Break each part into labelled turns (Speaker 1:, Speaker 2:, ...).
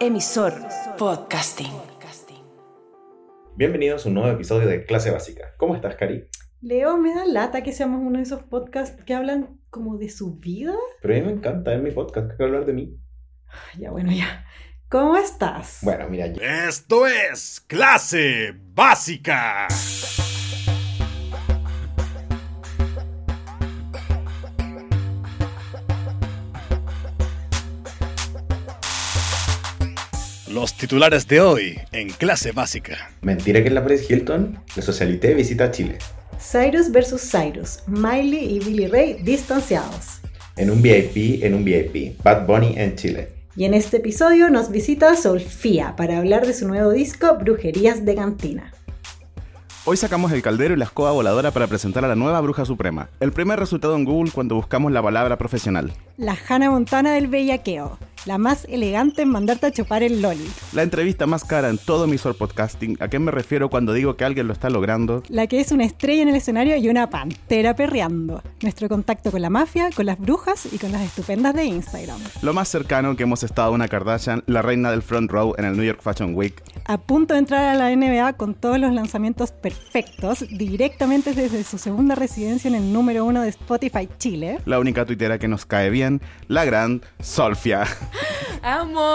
Speaker 1: Emisor Podcasting.
Speaker 2: Bienvenidos a un nuevo episodio de Clase Básica. ¿Cómo estás, Cari?
Speaker 3: Leo, me da lata que seamos uno de esos podcasts que hablan como de su vida.
Speaker 2: Pero a mí me encanta, es mi podcast, que hablar de mí.
Speaker 3: Ay, Ya, bueno, ya. ¿Cómo estás?
Speaker 2: Bueno, mira, yo-
Speaker 4: Esto es clase básica. Los titulares de hoy en clase básica.
Speaker 2: mentira que en la Paris Hilton, la Socialité visita Chile.
Speaker 3: Cyrus versus Cyrus, Miley y Billy Ray distanciados.
Speaker 2: En un VIP, en un VIP, Bad Bunny en Chile.
Speaker 3: Y en este episodio nos visita Sofía para hablar de su nuevo disco Brujerías de Cantina.
Speaker 5: Hoy sacamos el caldero y la escoba voladora para presentar a la nueva bruja suprema. El primer resultado en Google cuando buscamos la palabra profesional.
Speaker 3: La Hannah Montana del Bellaqueo, la más elegante en mandarte a chupar el loli,
Speaker 5: La entrevista más cara en todo mi sor podcasting. ¿A qué me refiero cuando digo que alguien lo está logrando?
Speaker 3: la que es una estrella en el escenario y una pantera perreando. Nuestro contacto con la mafia, con las brujas y con las estupendas de Instagram.
Speaker 5: Lo más cercano que hemos estado a una Kardashian, la reina del front row en el New York Fashion Week.
Speaker 3: A punto de entrar a la NBA con todos los lanzamientos perfectos, directamente desde su segunda residencia en el número uno de Spotify Chile.
Speaker 5: La única tuitera que nos cae bien, la gran Solfia.
Speaker 6: ¡Amo!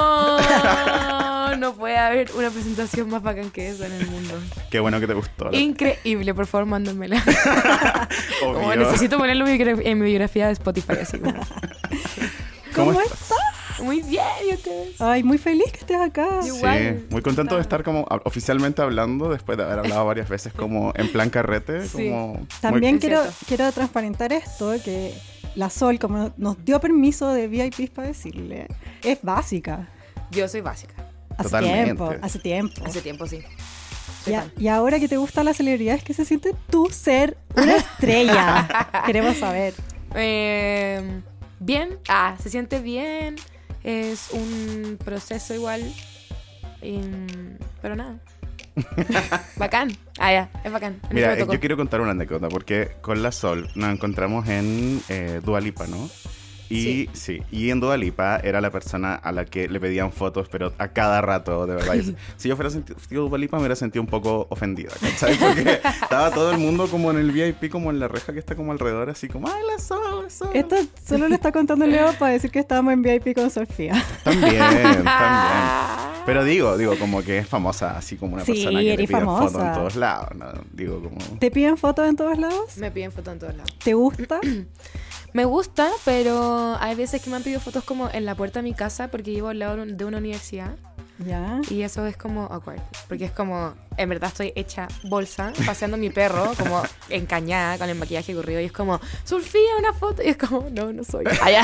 Speaker 6: No puede haber una presentación más bacán que esa en el mundo.
Speaker 5: Qué bueno que te gustó.
Speaker 6: Increíble, por favor, mándamela.
Speaker 5: Obvio.
Speaker 6: Como necesito ponerlo en mi biograf- en mi biografía de Spotify, así como.
Speaker 5: ¿Cómo
Speaker 3: ¿Cómo
Speaker 5: estás?
Speaker 6: Muy bien, ¿y ustedes?
Speaker 3: Ay, muy feliz que estés acá.
Speaker 6: Yo-
Speaker 5: Sí,
Speaker 6: Igual.
Speaker 5: muy contento de estar como a- oficialmente hablando después de haber hablado varias veces como en plan carrete,
Speaker 6: Sí.
Speaker 5: como muy-
Speaker 3: También
Speaker 6: Es
Speaker 3: quiero,
Speaker 6: cierto.
Speaker 3: quiero transparentar esto, que la Sol, como nos dio permiso de VIPs para decirle, es básica.
Speaker 6: Yo soy básica.
Speaker 3: Hace
Speaker 5: Totalmente.
Speaker 3: tiempo, hace tiempo.
Speaker 6: Hace tiempo, sí.
Speaker 3: Y, a- y ahora que te gusta la celebridad, es que se siente tú ser una estrella. Queremos saber.
Speaker 6: Eh, bien. Ah, se siente bien. Es un proceso igual. Em, pero nada. bacán. Ah, ya, es bacán. A mí
Speaker 5: Mira,
Speaker 6: me
Speaker 5: eh,
Speaker 6: tocó.
Speaker 5: yo quiero contar una anécdota porque con la Sol nos encontramos en eh, Dualipa, ¿no? Y sí.
Speaker 6: Sí.
Speaker 5: y en Dualipa era la persona a la que le pedían fotos, pero a cada rato, de verdad. Y si yo fuera sentido Dualipa, me hubiera sentido un poco ofendida, ¿cachai? Porque estaba todo el mundo como en el VIP, como en la reja que está como alrededor, así como, ¡ay, la Sol, la Sol!
Speaker 3: Esto solo lo está contando Leo para decir que estábamos en VIP con Sofía.
Speaker 5: También, también.
Speaker 6: Ah.
Speaker 5: Pero digo, digo, como que es famosa, así como una
Speaker 3: Sí,
Speaker 5: persona que le
Speaker 3: eres
Speaker 5: piden
Speaker 3: famosa.
Speaker 5: fotos en todos lados, ¿no? Digo, como...
Speaker 3: ¿Te piden fotos en todos lados?
Speaker 6: Me piden foto en todos lados.
Speaker 3: ¿Te gusta?
Speaker 6: Me gusta, pero hay veces que me han pedido fotos como en la puerta de mi casa porque llevo al lado de una universidad
Speaker 3: ya.
Speaker 6: y eso es como awkward, porque es como, en verdad estoy hecha bolsa, paseando a mi perro como encañada con el maquillaje corrido y es como, Surfía una foto y es como, no, no soy. Allá.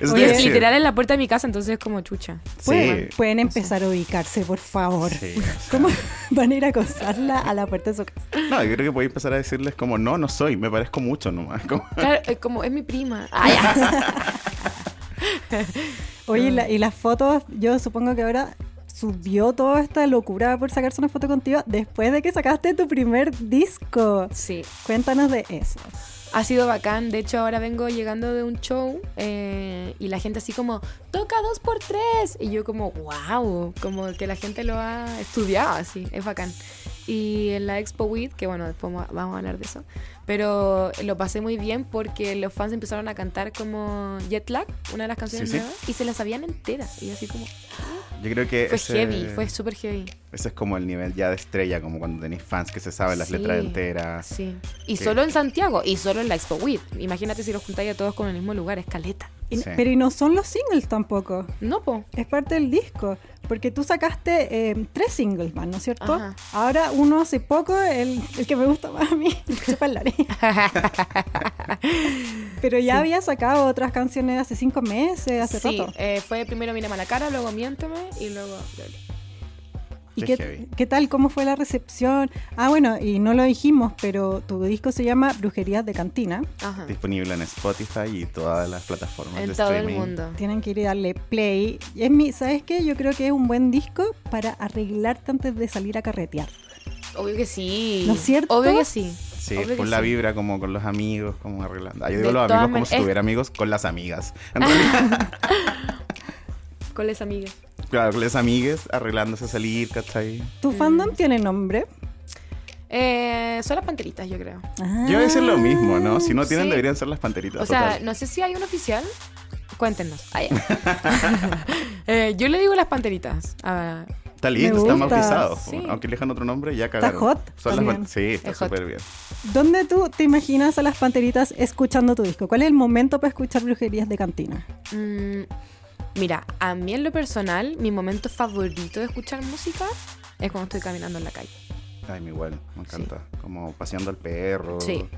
Speaker 5: Eso
Speaker 6: y
Speaker 5: te iba a
Speaker 6: es
Speaker 5: decir.
Speaker 6: literal pues, en la puerta de mi casa, entonces es como chucha.
Speaker 3: Pueden,
Speaker 5: Sí.
Speaker 3: pueden empezar a ubicarse, por favor.
Speaker 5: Sí, o sea.
Speaker 3: ¿Cómo van a ir a acosarla a la puerta de su casa?
Speaker 5: No, yo creo que podéis empezar a decirles como, no, no soy, me parezco mucho nomás. Como,
Speaker 6: Claro, es como es mi prima. Allá.
Speaker 3: Oye, la- y las fotos, yo supongo que ahora subió toda esta locura por sacarse una foto contigo después de que sacaste tu primer disco.
Speaker 6: Sí.
Speaker 3: Cuéntanos de eso.
Speaker 6: Ha sido bacán, de hecho ahora vengo llegando de un show eh, y la gente así como, toca dos por tres. Y yo como, wow, como que la gente lo ha estudiado así, es bacán. Y en la Expo Weed, que bueno, después mo- vamos a hablar de eso, pero lo pasé muy bien porque los fans empezaron a cantar como Jet Lag, una de las canciones
Speaker 5: Sí, sí.
Speaker 6: nuevas, y se la sabían entera. Y yo así como,
Speaker 5: yo creo que
Speaker 6: fue
Speaker 5: ese,
Speaker 6: heavy, fue súper heavy.
Speaker 5: ese es como el nivel ya de estrella, como cuando tenéis fans que se saben las
Speaker 6: Sí,
Speaker 5: letras enteras.
Speaker 6: Sí. Y
Speaker 5: Sí.
Speaker 6: solo en Santiago, y solo en la Expo Weed. Imagínate si los juntáis a todos con el mismo lugar, es caleta.
Speaker 3: Y-
Speaker 5: Sí.
Speaker 3: Pero y no son los singles tampoco.
Speaker 6: No, po.
Speaker 3: Es parte del disco, porque tú sacaste eh, tres singles más, ¿no es cierto?
Speaker 6: Ajá.
Speaker 3: Ahora uno hace poco, el, el que me gusta más a mí, Chupa el Lore. Pero ya había sacado otras canciones hace cinco meses, hace
Speaker 6: sí,
Speaker 3: rato.
Speaker 6: eh, fue primero Mira Mala Cara, luego Miénteme y luego Loli.
Speaker 3: ¿Y
Speaker 5: qué
Speaker 3: qué,
Speaker 5: heavy.
Speaker 3: qué tal? ¿Cómo fue la recepción? Ah, bueno, y no lo dijimos, pero tu disco se llama Brujerías de Cantina.
Speaker 6: Ajá.
Speaker 5: Disponible en Spotify y todas las plataformas de
Speaker 6: En todo el
Speaker 5: streaming.
Speaker 6: mundo.
Speaker 3: Tienen que ir y darle play. Es mi, ¿Sabes qué? Yo creo que es un buen disco para arreglarte antes de salir a carretear.
Speaker 6: Obvio que sí.
Speaker 3: ¿No es cierto?
Speaker 6: Obvio que sí.
Speaker 5: Sí,
Speaker 6: Obvio que
Speaker 5: con la
Speaker 6: sí.
Speaker 5: vibra, como con los amigos, como arreglando. Ah, yo
Speaker 6: De
Speaker 5: digo los
Speaker 6: todas
Speaker 5: amigos como
Speaker 6: man-
Speaker 5: si
Speaker 6: es-
Speaker 5: tuviera amigos con las amigas. En realidad,
Speaker 6: Con las amigas.
Speaker 5: claro, con las amigues arreglándose a salir, ¿cachai?
Speaker 7: ¿Tu
Speaker 6: Mm.
Speaker 7: fandom tiene nombre?
Speaker 6: Eh, son las panteritas, yo creo.
Speaker 5: Yo voy a decir lo mismo, ¿no? Si no tienen,
Speaker 6: sí.
Speaker 5: deberían ser las panteritas.
Speaker 6: O sea,
Speaker 5: total.
Speaker 6: no sé si hay un oficial. Cuéntenos. Ah, ya. Eh, yo le digo las panteritas. Ah,
Speaker 5: Está lindo,
Speaker 7: Me
Speaker 5: están
Speaker 7: gusta,
Speaker 5: bautizados.
Speaker 6: sí.
Speaker 5: Aunque elijan otro nombre, ya
Speaker 7: Está
Speaker 5: cagaron.
Speaker 7: hot
Speaker 5: Son las
Speaker 7: también.
Speaker 5: pan- Sí, está
Speaker 6: Es hot.
Speaker 5: súper bien.
Speaker 7: ¿Dónde tú te imaginas a las panteritas escuchando tu disco? ¿Cuál es el momento para escuchar brujerías de cantina?
Speaker 6: mm, mira, a mí en lo personal, mi momento favorito de escuchar música es cuando estoy caminando en la calle.
Speaker 5: Ay, me igual, me encanta. Como paseando al perro.
Speaker 6: Sí.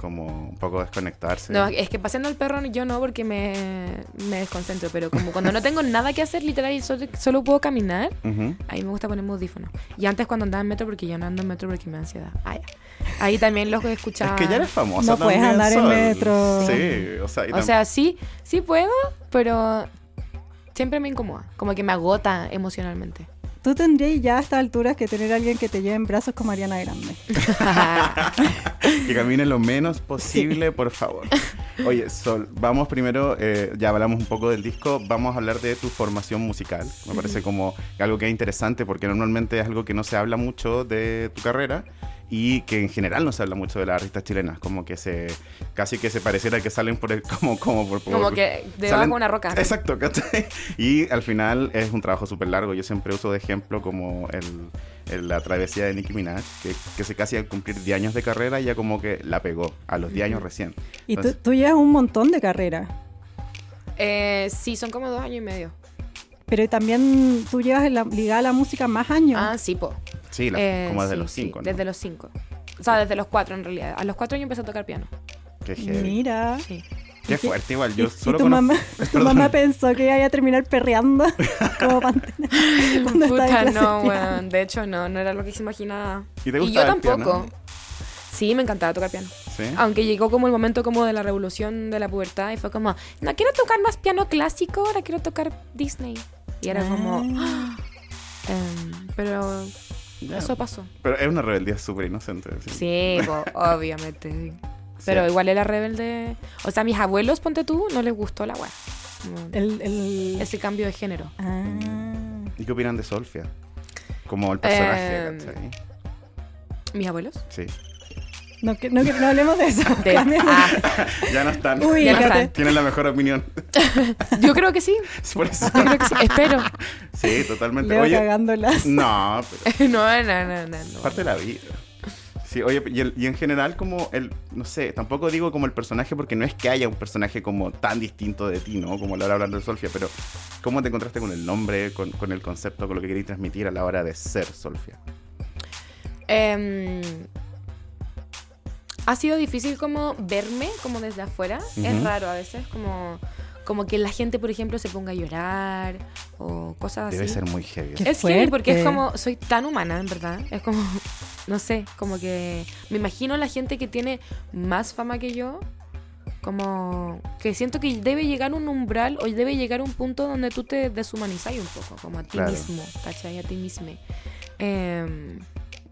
Speaker 5: Como un poco desconectarse.
Speaker 6: No, es que paseando al perro yo no porque me, me desconcentro, pero como cuando no tengo nada que hacer, literal, y solo, solo puedo caminar,
Speaker 5: Ujú.
Speaker 6: ahí me gusta ponerme audífonos. Y antes cuando andaba en metro, porque ya no ando en metro porque me da ansiedad. Ah, ya. Ahí también los escuchaba.
Speaker 5: Es que ya eres famosa.
Speaker 7: No puedes
Speaker 5: también,
Speaker 7: andar en
Speaker 5: Sol.
Speaker 7: metro.
Speaker 5: Sí, o sea, y
Speaker 6: O
Speaker 5: tam-
Speaker 6: sea, sí, sí puedo, pero siempre me incomoda. Como que me agota emocionalmente.
Speaker 7: Tú tendrías ya a estas alturas que tener a alguien que te lleve en brazos como Ariana Grande.
Speaker 5: que camine lo menos posible, por favor. Oye, Sol, vamos primero, eh, ya hablamos un poco del disco, vamos a hablar de tu formación musical. Me parece como algo que es interesante porque normalmente es algo que no se habla mucho de tu carrera y que en general no se habla mucho de las artistas chilenas, como que se casi que se pareciera que salen por el, como como por, por-
Speaker 6: Como que debajo
Speaker 5: salen-
Speaker 6: de una roca.
Speaker 5: Exacto, ¿cachai? Y al final es un trabajo súper largo. Yo siempre uso de ejemplo como el, el- la travesía de Nicki Minaj, que, que se casi al cumplir 10 años de carrera ya como que la pegó a los 10 años recién.
Speaker 7: Y tú,
Speaker 5: Entonces-
Speaker 7: tú llevas un montón de carrera,
Speaker 6: Eh, sí, son como dos años y medio.
Speaker 7: pero también tú llevas en la- ligada a la música más años.
Speaker 6: Ah, sí, po.
Speaker 5: Sí, la-
Speaker 6: Eh,
Speaker 5: como desde
Speaker 6: sí,
Speaker 5: los
Speaker 6: sí,
Speaker 5: 5.
Speaker 6: Desde los cinco. O sea, desde los cuatro en realidad. A los cuatro años empecé a tocar piano.
Speaker 5: Qué, heavy.
Speaker 7: Mira.
Speaker 6: Sí.
Speaker 5: Qué fuerte igual.
Speaker 7: Y,
Speaker 5: Yo
Speaker 7: y
Speaker 5: solo
Speaker 7: tu,
Speaker 5: conozco-
Speaker 7: mamá, tu
Speaker 5: Perdón.
Speaker 7: mamá pensó que iba a terminar perreando como pantera cuando estaba en
Speaker 6: Puta,
Speaker 7: clase de
Speaker 6: no,
Speaker 7: piano.
Speaker 6: weón. De hecho, no, no era lo que se imaginaba.
Speaker 5: ¿Y te
Speaker 6: yo
Speaker 5: gustaba el
Speaker 6: tampoco.
Speaker 5: piano? ¿Eh?
Speaker 6: Sí, me encantaba tocar piano.
Speaker 5: ¿Sí?
Speaker 6: Aunque llegó como el momento como de la revolución de la pubertad y fue como, no quiero tocar más piano clásico, ahora quiero tocar Disney. Y era como, "Ah". Em, pero
Speaker 5: Ya.
Speaker 6: eso pasó.
Speaker 5: Pero es una rebeldía súper inocente. sí.
Speaker 6: Sí, po, obviamente. sí. Pero
Speaker 5: Sí.
Speaker 6: igual era rebelde. O sea, a mis abuelos, ponte tú, no les gustó la weá. Como
Speaker 7: El, el-
Speaker 6: Ese cambio de género.
Speaker 7: Ah.
Speaker 5: ¿Y qué opinan de Solfia? Como el personaje,
Speaker 6: Em,
Speaker 5: ¿cachai?
Speaker 6: ¿Mis abuelos?
Speaker 5: Sí.
Speaker 7: No, que, no, que no hablemos de eso.
Speaker 6: De-
Speaker 7: Cambiemos.
Speaker 6: Ah,
Speaker 5: Ya no están.
Speaker 7: Uy,
Speaker 6: Ya no
Speaker 7: cállate.
Speaker 6: están.
Speaker 5: Tienen la mejor opinión.
Speaker 6: yo creo que sí.
Speaker 5: Por eso.
Speaker 6: Yo creo que sí. Espero.
Speaker 5: Sí, totalmente.
Speaker 7: Leo
Speaker 5: Oye,
Speaker 7: cagándolas.
Speaker 5: no, pero
Speaker 6: No, no, no, no. no.
Speaker 5: parte de la vida. Sí, oye, y, el- y en general como el, no sé, tampoco digo como el personaje porque no es que haya un personaje como tan distinto de ti, ¿no? Como la hora hablando de Solfia, pero ¿cómo te encontraste con el nombre, con, con el concepto, con lo que querías transmitir a la hora de ser Solfia?
Speaker 6: Em, ha sido difícil como verme como desde afuera. Es
Speaker 5: Ujú.
Speaker 6: raro a veces, como, como que la gente, por ejemplo, se ponga a llorar o cosas
Speaker 5: Debe
Speaker 6: así.
Speaker 5: ser muy heavy.
Speaker 7: Qué
Speaker 6: es que porque es
Speaker 7: fuerte.
Speaker 6: como, soy tan humana, en verdad. Es como, no sé, como que me imagino la gente que tiene más fama que yo, como que siento que debe llegar un umbral o debe llegar un punto donde tú te deshumanizas un poco, como a ti
Speaker 5: Claro.
Speaker 6: mismo, ¿cachai? A ti mismo. Em,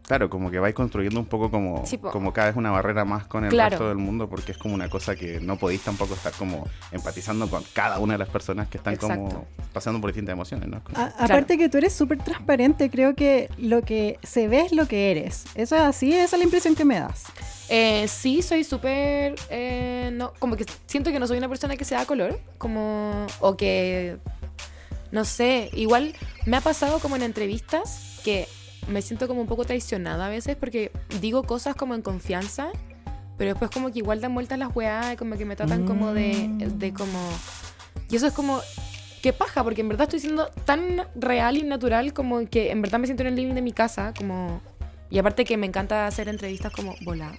Speaker 5: Claro, como que vais construyendo un poco como,
Speaker 6: Sí, po.
Speaker 5: como cada vez una barrera más con el
Speaker 6: Claro.
Speaker 5: resto del mundo porque es como una cosa que no podéis tampoco estar como empatizando con cada una de las personas que están como
Speaker 6: Exacto.
Speaker 5: pasando por distintas emociones, ¿no?
Speaker 7: A- aparte que tú eres súper transparente, creo que lo que se ve es lo que eres. Eso es así, esa es la impresión que me das.
Speaker 6: Eh, sí, soy súper. eh, no, como que siento que no soy una persona que se da color. Como. O que. No sé. Igual me ha pasado como en entrevistas que me siento como un poco traicionada a veces porque digo cosas como en confianza, pero después como que igual dan vueltas las weas, y como que me tratan como de. de como. Y eso es como. Qué paja, porque en verdad estoy siendo tan real y natural como que en verdad me siento en el living de mi casa, como y aparte que me encanta hacer entrevistas como volá.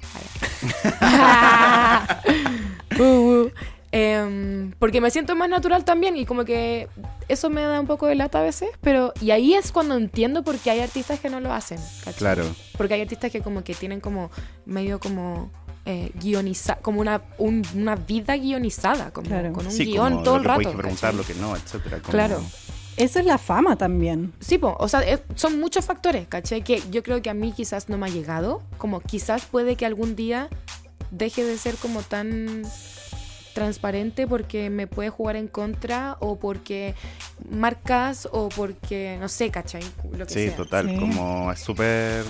Speaker 6: Uh, uh. Em, porque me siento más natural también y como que eso me da un poco de lata a veces, pero y ahí es cuando entiendo por qué hay artistas que no lo hacen. ¿cachai?
Speaker 5: Claro.
Speaker 6: Porque hay artistas que como que tienen como medio como eh, guioniza- como una, un- una vida guionizada, como
Speaker 7: Claro.
Speaker 6: con un
Speaker 5: Sí,
Speaker 6: guión
Speaker 5: como
Speaker 6: todo
Speaker 5: lo
Speaker 6: el
Speaker 5: que
Speaker 6: rato.
Speaker 5: podéis preguntar,
Speaker 6: ¿cachai?
Speaker 5: lo que no, etcétera. como-
Speaker 6: Claro.
Speaker 7: Eso es la fama también.
Speaker 6: Sí, po, o sea, es- son muchos factores, ¿caché? Que yo creo que a mí quizás no me ha llegado, como quizás puede que algún día deje de ser como tan transparente porque me puede jugar en contra o porque marcas o porque, no sé, ¿cachai? Lo que
Speaker 5: Sí,
Speaker 6: sea.
Speaker 5: total,
Speaker 7: Sí.
Speaker 5: como es súper...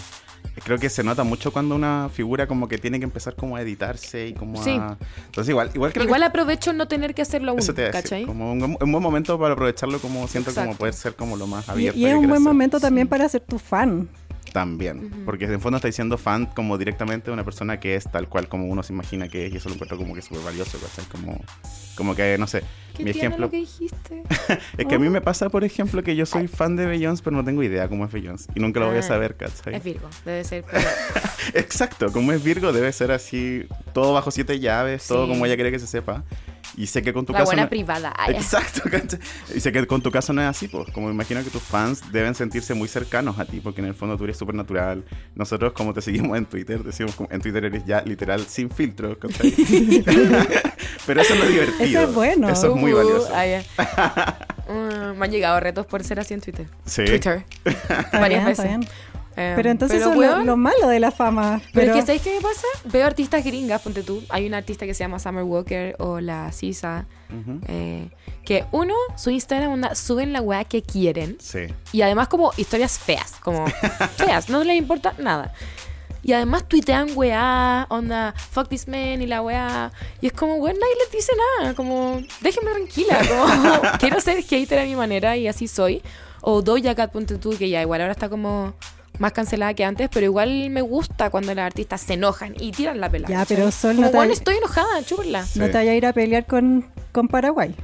Speaker 5: Creo que se nota mucho cuando una figura como que tiene que empezar como a editarse y como
Speaker 6: Sí.
Speaker 5: a... Entonces igual, igual creo
Speaker 6: Igual
Speaker 5: que...
Speaker 6: aprovecho no tener que hacerlo aún,
Speaker 5: Eso te iba a decir,
Speaker 6: ¿cachai?
Speaker 5: como un, un buen momento para aprovecharlo como siento como
Speaker 6: Exacto.
Speaker 5: poder ser como lo más
Speaker 7: Y,
Speaker 5: abierto.
Speaker 7: y es
Speaker 5: que
Speaker 7: un
Speaker 5: quieras
Speaker 7: buen
Speaker 5: ser.
Speaker 7: momento también
Speaker 6: Sí.
Speaker 7: para ser tu fan.
Speaker 5: También, porque en fondo está diciendo fan como directamente de una persona que es tal cual como uno se imagina que es y eso lo encuentro como que súper valioso, ¿cachai? Como, como que, no sé,
Speaker 6: Qué
Speaker 5: mi
Speaker 6: tierno
Speaker 5: ejemplo...
Speaker 6: lo que dijiste.
Speaker 5: Es que a
Speaker 6: Oh.
Speaker 5: mí me pasa, por ejemplo, que yo soy fan de Beyoncé, pero no tengo idea cómo es Beyoncé y nunca lo voy a
Speaker 6: Ah.
Speaker 5: saber, ¿cachai?
Speaker 6: Es Virgo, debe ser. pero-
Speaker 5: Exacto, como es Virgo debe ser así, todo bajo siete llaves, todo
Speaker 6: Sí.
Speaker 5: como ella quiere que se sepa. Y sé que con tu
Speaker 6: la
Speaker 5: caso
Speaker 6: buena
Speaker 5: no-
Speaker 6: privada. ay, ay.
Speaker 5: Exacto, ¿cachai? y sé que con tu caso no es así, pues como me imagino que tus fans deben sentirse muy cercanos a ti, porque en el fondo tú eres súper natural. Nosotros como te seguimos en Twitter, decimos como- en Twitter eres ya literal sin filtro, ¿cachai? Pero eso es lo divertido.
Speaker 7: Eso es bueno.
Speaker 5: Eso es muy
Speaker 6: Uh,
Speaker 5: valioso.
Speaker 6: ay, ay. Mm, me han llegado retos por ser así en Twitter.
Speaker 5: Sí.
Speaker 6: Twitter.
Speaker 7: Está
Speaker 6: Varias
Speaker 7: bien, está
Speaker 6: veces.
Speaker 7: bien.
Speaker 6: Eh,
Speaker 7: Pero entonces eso es lo-
Speaker 6: weón,
Speaker 7: lo, malo de la fama. Pero,
Speaker 6: Pero, es que, ¿sabes qué me pasa? Veo artistas gringas, ponte tú. Hay una artista que se llama Summer Walker o la Sisa.
Speaker 5: Ujú.
Speaker 6: eh, que uno, su Instagram, onda, suben la weá que quieren.
Speaker 5: Sí.
Speaker 6: Y además como historias feas, como feas, no les importa nada. Y además tuitean weá, onda, fuck this man y la weá. Y es como, weón, nadie les dice nada, como, déjenme tranquila, como, quiero ser hater a mi manera y así soy. O Doja Cat, ponte tú, que ya igual ahora está como más cancelada que antes, pero igual me gusta cuando las artistas se enojan y tiran la pelada.
Speaker 7: Ya,
Speaker 6: ¿cachai?
Speaker 7: pero Sol,
Speaker 6: Como,
Speaker 7: no te-
Speaker 6: weón, estoy enojada, chúpenla.
Speaker 5: Sí.
Speaker 7: no te vayas a ir a pelear con, con Paraguay.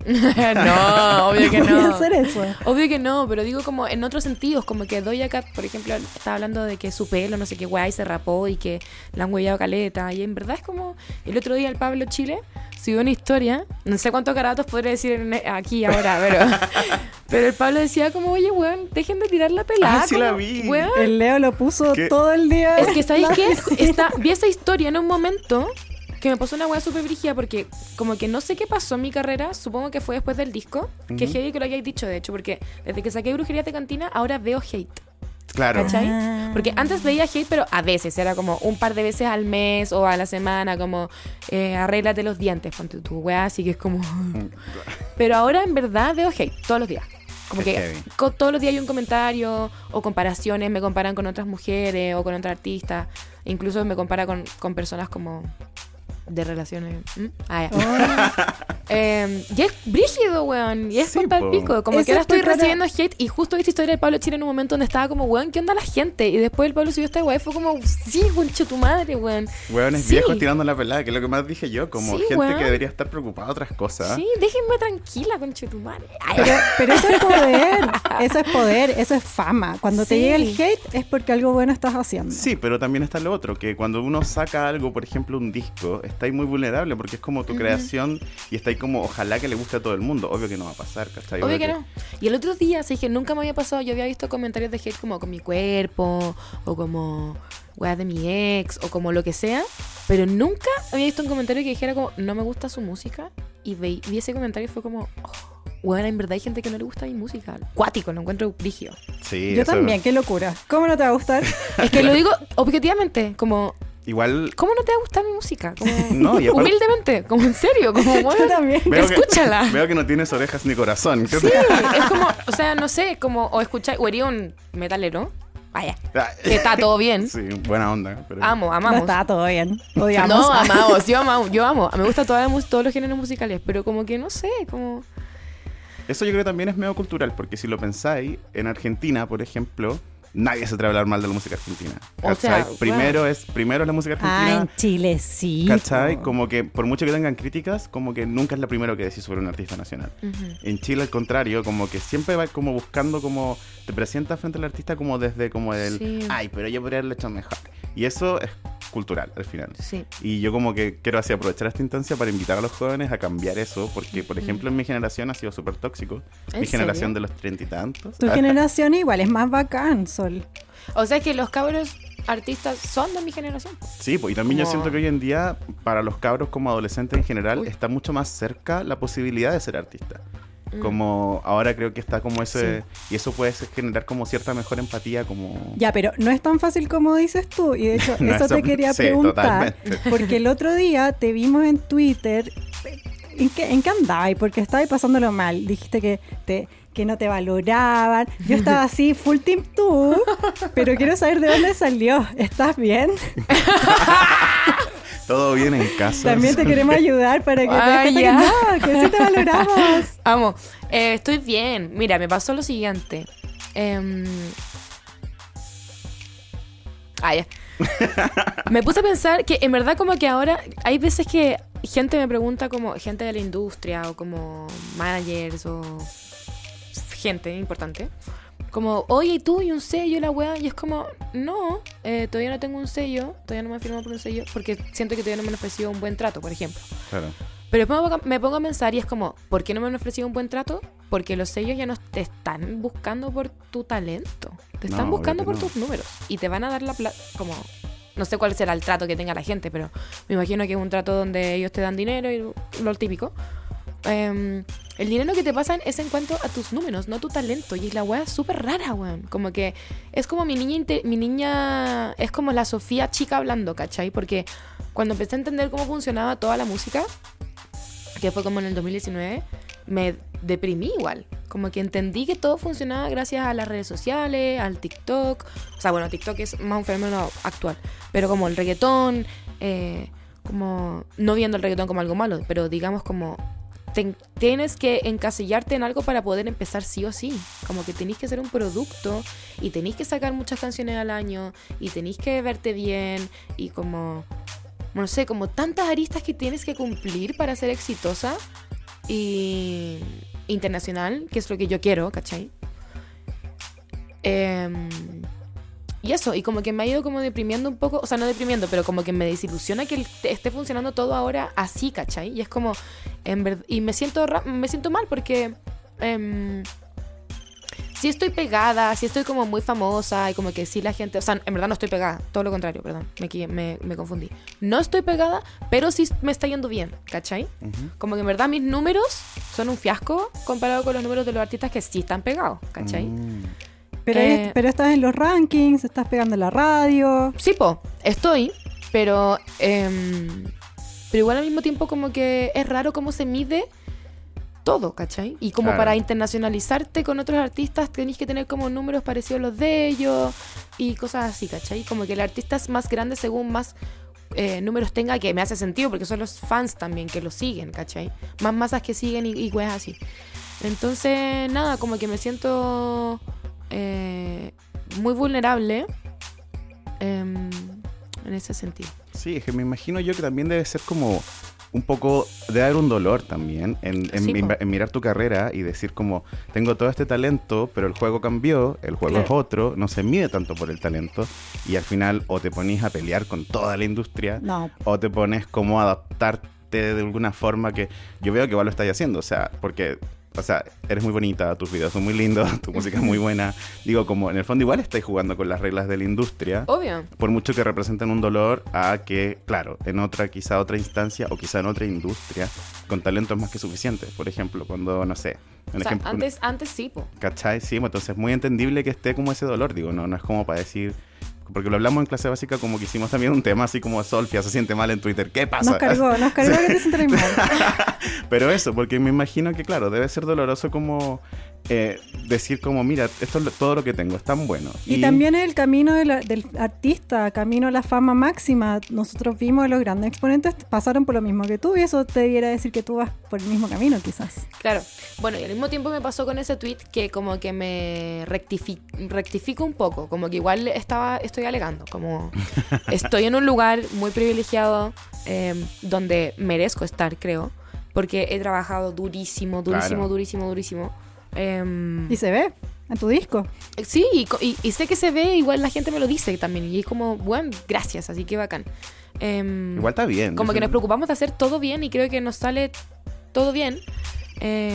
Speaker 6: no, obvio que
Speaker 7: No voy a
Speaker 6: no.
Speaker 7: hacer eso.
Speaker 6: Obvio que no, pero digo como en otros sentidos, como que Doja Cat, por ejemplo, estaba hablando de que su pelo, no sé qué guay, se rapó y que la han huellado caleta. Y en verdad es como el otro día el Pablo Chile subió una historia, no sé cuántos caratos podré decir en- e- aquí ahora, pero, pero el Pablo decía como, oye, weón, dejen de tirar la pelada.
Speaker 5: Ah, sí la
Speaker 6: como,
Speaker 5: vi.
Speaker 6: "Weón,
Speaker 7: El Leo lo puso
Speaker 5: ¿Qué?
Speaker 7: todo el día.
Speaker 6: es que, ¿sabéis
Speaker 7: La-
Speaker 6: qué? Esta- vi esa historia en un momento que me pasó una weá súper brígida porque como que no sé qué pasó en mi carrera, supongo que fue después del disco, que
Speaker 5: Ujú.
Speaker 6: heavy que lo hayáis dicho, de hecho, porque desde que saqué Brujerías de Cantina, ahora veo hate,
Speaker 5: Claro.
Speaker 6: ¿cachai?
Speaker 7: Ah.
Speaker 6: Porque antes veía hate, pero a veces, era como un par de veces al mes o a la semana, como eh, arréglate los dientes, ponte tu weá, así que es como... Pero ahora en verdad veo hate todos los días. Como
Speaker 5: Es
Speaker 6: que
Speaker 5: heavy.
Speaker 6: co- todos los días hay un comentario o comparaciones, me comparan con otras mujeres o con otras artistas. Incluso me compara con, con personas como de relaciones. ¿Mm? Ah, ya. Eh, y es brígido, weón. Y es
Speaker 5: Sí,
Speaker 6: por tal
Speaker 5: po.
Speaker 6: pico. Como
Speaker 7: Eso
Speaker 6: que ahora
Speaker 7: es por
Speaker 6: estoy
Speaker 7: cara-
Speaker 6: recibiendo hate y justo vi esta historia del Pablo Chile en un momento donde estaba como, weón, ¿qué onda la gente? Y después el Pablo subió esta weón y fue como, sí, concha tu madre, weón.
Speaker 5: Hueones
Speaker 6: Sí.
Speaker 5: viejos tirando la pelada, que es lo que más dije yo, como
Speaker 6: Sí,
Speaker 5: gente
Speaker 6: hueón.
Speaker 5: que debería estar preocupada de otras cosas.
Speaker 6: Sí, déjenme tranquila, Ah, concha tu madre. Ay,
Speaker 7: Pero, pero eso es poder, eso es poder, eso es fama. Cuando te
Speaker 6: Sí.
Speaker 7: llega el hate es porque algo bueno estás haciendo.
Speaker 5: Sí, pero también está lo otro, que cuando uno saca algo, por ejemplo, un disco, está ahí muy vulnerable porque es como tu creación y está ahí como ojalá que le guste a todo el mundo. Obvio que no va a pasar, ¿cachai?
Speaker 6: Obvio que no. Y el otro día, sí, que nunca me había pasado. Yo había visto comentarios de hate como con mi cuerpo, o como weas de mi ex, o como lo que sea. Pero nunca había visto un comentario que dijera como, no me gusta su música. Y vi, vi ese comentario y fue como, oh, weón, en verdad hay gente que no le gusta mi música. Cuático, lo encuentro brígido.
Speaker 5: Sí,
Speaker 7: Yo
Speaker 5: eso-
Speaker 7: también, qué locura. ¿Cómo no te va a gustar?
Speaker 6: Es que lo digo objetivamente, como,
Speaker 5: Igual,
Speaker 6: ¿cómo no te va a gustar mi música? Como,
Speaker 5: No, y aparte-
Speaker 6: humildemente, como en serio, como,
Speaker 7: Yo
Speaker 6: weón,
Speaker 7: también.
Speaker 5: Veo que-
Speaker 6: escúchala.
Speaker 5: veo que no tienes orejas ni corazón. ¿Qué
Speaker 6: Sí,
Speaker 5: te-
Speaker 6: es como, o sea, no sé, como, o escuchar, o eres un metalero, vaya,
Speaker 5: Ah,
Speaker 6: que está todo bien,
Speaker 5: Sí, buena onda. pero-
Speaker 6: amo,
Speaker 7: No
Speaker 6: amamos.
Speaker 7: está todo bien. Odiamos.
Speaker 6: No, amamos, yo amo, yo amo, me gusta toda la mus- todos los géneros musicales, pero como que no sé, como...
Speaker 5: Eso yo creo que también es medio cultural, porque si lo pensáis, en Argentina, por ejemplo, nadie se atreve a hablar mal de la música argentina.
Speaker 6: O sea,
Speaker 5: ¿cachai? primero, es, primero es la música
Speaker 7: Ah,
Speaker 5: argentina.
Speaker 7: en Chile sí.
Speaker 5: ¿Cachai?
Speaker 7: po.
Speaker 5: Como que por mucho que tengan críticas, como que nunca es la primero que decís sobre un artista nacional. En Chile, al contrario, como que siempre va como buscando como... Te presentas frente al artista como desde como el...
Speaker 6: Sí.
Speaker 5: Ay, pero yo podría haberlo hecho mejor. Y eso es cultural, al final.
Speaker 6: Sí.
Speaker 5: Y yo como que quiero así aprovechar esta instancia para invitar a los jóvenes a cambiar eso, porque por ejemplo en mi generación ha sido súper tóxico.
Speaker 6: ¿En
Speaker 5: Mi generación
Speaker 6: serio?
Speaker 5: de los treinta y tantos. Ah,
Speaker 7: Tu generación igual es más bacán, Sol.
Speaker 6: O sea, que los cabros artistas son de mi generación.
Speaker 5: Sí, pues, y también yo
Speaker 6: Como-
Speaker 5: siento que hoy en día, para los cabros como adolescentes en general,
Speaker 6: Uy.
Speaker 5: está mucho más cerca la posibilidad de ser artista.
Speaker 6: Mm.
Speaker 5: Como ahora creo que está como ese... Y eso puede ser- generar como cierta mejor empatía, como...
Speaker 7: Ya, pero no es tan fácil como dices tú. Y de hecho,
Speaker 5: No,
Speaker 7: eso
Speaker 5: eso-
Speaker 7: te quería
Speaker 5: sí,
Speaker 7: preguntar.
Speaker 5: totalmente.
Speaker 7: Porque el otro día te vimos en Twitter. ¿en qué, en qué andáis? Porque estabais pasándolo mal. Dijiste que, te, que no te valoraban. Yo estaba así, full team tú, pero quiero saber de dónde salió. ¿Estás bien?
Speaker 5: Todo bien en casa.
Speaker 7: También te queremos ayudar para que te des
Speaker 6: Ah,
Speaker 7: cuenta
Speaker 6: ya.
Speaker 7: que no, que sí te valoramos.
Speaker 6: Amo. Eh, estoy bien. Mira, me pasó lo siguiente. Em, Ah, ya. me puse a pensar que en verdad como que ahora hay veces que gente me pregunta como gente de la industria o como managers o gente importante. Como, oye, ¿y tú? ¿Y un sello? y la weá? Y es como, no, eh, todavía no tengo un sello, todavía no me he firmado por un sello, porque siento que todavía no me han ofrecido un buen trato, por ejemplo.
Speaker 5: Claro.
Speaker 6: Pero después me pongo- me pongo a pensar y es como, ¿por qué no me han ofrecido un buen trato? Porque los sellos ya no te están buscando por tu talento. Te
Speaker 5: No,
Speaker 6: están
Speaker 5: obvio
Speaker 6: buscando
Speaker 5: que
Speaker 6: por
Speaker 5: no.
Speaker 6: tus números. Y te van a dar la plata, como, no sé cuál será el trato que tenga la gente, pero me imagino que es un trato donde ellos te dan dinero y lo típico. Em, el dinero que te pasan es en cuanto a tus números, no tu talento. Y la weá es súper rara, weón. Como que es como mi niña, inte- mi niña, es como la Sofía chica hablando, ¿cachai? Porque cuando empecé a entender cómo funcionaba toda la música, que fue como en el 2019, me deprimí igual. Como que entendí que todo funcionaba gracias a las redes sociales, al TikTok. O sea, bueno, TikTok es más un fenómeno actual. Pero como el reggaetón, eh, como no viendo el reggaetón como algo malo, pero digamos como ten- tienes que encasillarte en algo para poder empezar sí o sí. Como que tenés que ser un producto y tenés que sacar muchas canciones al año y tenés que verte bien y como no sé, como tantas aristas que tienes que cumplir para ser exitosa y internacional, que es lo que yo quiero, ¿cachai? Em, y eso, y como que me ha ido como deprimiendo un poco, o sea, no deprimiendo, pero como que me desilusiona que el- esté funcionando todo ahora así, ¿cachai? Y es como, en verdad, y me siento, ra- me siento mal porque... em, sí estoy pegada, sí estoy como muy famosa y como que sí la gente, o sea, en verdad no estoy pegada, todo lo contrario, perdón, me, equi- me, me confundí. No estoy pegada, pero sí me está yendo bien, ¿cachai? Como que en verdad mis números son un fiasco comparado con los números de los artistas que sí están pegados, ¿cachai?
Speaker 5: Mm.
Speaker 7: Pero,
Speaker 6: Eh,
Speaker 7: es- pero estás en los rankings, estás pegando en la radio.
Speaker 6: Sí, po, estoy, pero. em, pero igual al mismo tiempo, como que es raro cómo se mide todo, ¿cachai? Y como
Speaker 5: Claro.
Speaker 6: para internacionalizarte con otros artistas, tenéis que tener como números parecidos a los de ellos y cosas así, ¿cachai? Como que el artista es más grande según más. eh, números tenga que me hace sentido porque son los fans también que lo siguen, ¿cachai? Más masas que siguen y, y weas así. Entonces, nada, como que me siento eh, muy vulnerable em, en ese sentido.
Speaker 5: Sí, es que me imagino yo que también debe ser como un poco de dar un dolor también en, en
Speaker 6: Sí,
Speaker 5: mi-
Speaker 6: po.
Speaker 5: en mirar tu carrera y decir como tengo todo este talento, pero el juego cambió, el juego
Speaker 6: Claro.
Speaker 5: es otro, no se mide tanto por el talento y al final o te ponís a pelear con toda la industria
Speaker 7: No,
Speaker 5: o te pones como a adaptarte de alguna forma que yo veo que igual lo estáis haciendo, o sea, porque o sea, eres muy bonita, tus videos son muy lindos, tu música es muy buena. Digo, como en el fondo igual estáis jugando con las reglas de la industria
Speaker 6: Obvio.
Speaker 5: por mucho que representen un dolor a que, claro, en otra, quizá otra instancia o quizá en otra industria, con talento es más que suficiente. Por ejemplo, cuando, no sé,
Speaker 6: O
Speaker 5: un
Speaker 6: sea,
Speaker 5: ejemplo,
Speaker 6: antes, antes sí, po.
Speaker 5: ¿cachai? Sí, entonces es muy entendible que esté como ese dolor, digo, no, no es como para decir... Porque lo hablamos en clase básica como que hicimos también un tema así como Solfia se siente mal en Twitter. ¿Qué pasa?
Speaker 7: nos cargó, nos cargó que te sientas mal.
Speaker 5: Pero eso, porque me imagino que, claro, debe ser doloroso como eh, decir como, mira, esto es lo- todo lo que tengo, es tan bueno.
Speaker 7: Y, también el camino de la- del artista, camino a la fama máxima. Nosotros vimos a los grandes exponentes pasaron por lo mismo que tú y eso te debiera decir que tú vas por el mismo camino quizás.
Speaker 6: Claro. Bueno, y al mismo tiempo me pasó con ese tweet que como que me rectifi- rectifico un poco, como que igual estaba, estoy alegando, como estoy en un lugar muy privilegiado eh, donde merezco estar, creo, porque he trabajado durísimo, durísimo,
Speaker 5: Claro.
Speaker 6: durísimo, durísimo. Em,
Speaker 7: Y se ve en tu disco.
Speaker 6: Sí, y, co- y- y sé que se ve, igual la gente me lo dice también, y es como, bueno, gracias, así que bacán. Em,
Speaker 5: Igual está bien.
Speaker 6: como que nos
Speaker 5: Eso-
Speaker 6: preocupamos de hacer todo bien y creo que nos sale todo bien. Eh,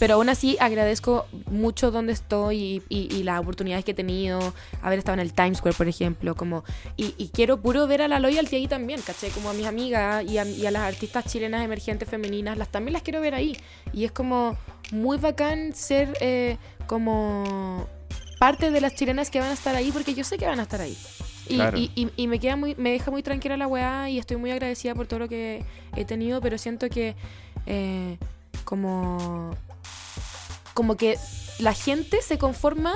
Speaker 6: pero aún así agradezco mucho donde estoy y, y- y las oportunidades que he tenido, haber estado en el Times Square, por ejemplo, como y, y quiero puro ver a la Loyal ahí también, ¿cachai? Como a mis amigas y a, y a las artistas chilenas emergentes femeninas, las también las quiero ver ahí. Y es como muy bacán ser eh, como parte de las chilenas que van a estar ahí porque yo sé que van a estar ahí. Y,
Speaker 5: Claro.
Speaker 6: y- y- y me queda muy, me deja muy tranquila la weá y estoy muy agradecida por todo lo que he tenido, pero siento que eh, como, como que la gente se conforma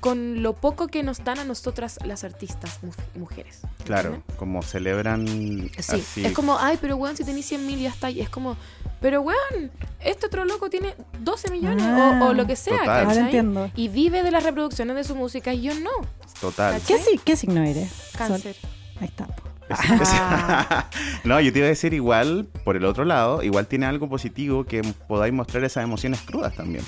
Speaker 6: con lo poco que nos dan a nosotras las artistas mu- mujeres.
Speaker 5: Claro, como celebran
Speaker 6: Sí,
Speaker 5: así.
Speaker 6: es como, ay, pero weón, si tenéis 100 mil ya está. Y es como, pero weón, este otro loco tiene 12 millones
Speaker 3: Ah,
Speaker 6: o, o lo que sea.
Speaker 5: total.
Speaker 3: Ahora
Speaker 6: ¿cachai?
Speaker 3: entiendo.
Speaker 6: Y vive de las reproducciones de su música y yo no.
Speaker 5: Total.
Speaker 3: ¿Qué, sí- ¿Qué signo eres? Sol.
Speaker 6: Cáncer.
Speaker 3: Ahí está. po. Ah.
Speaker 5: no, yo te iba a decir igual, por el otro lado, igual tiene algo positivo que podáis mostrar esas emociones crudas también.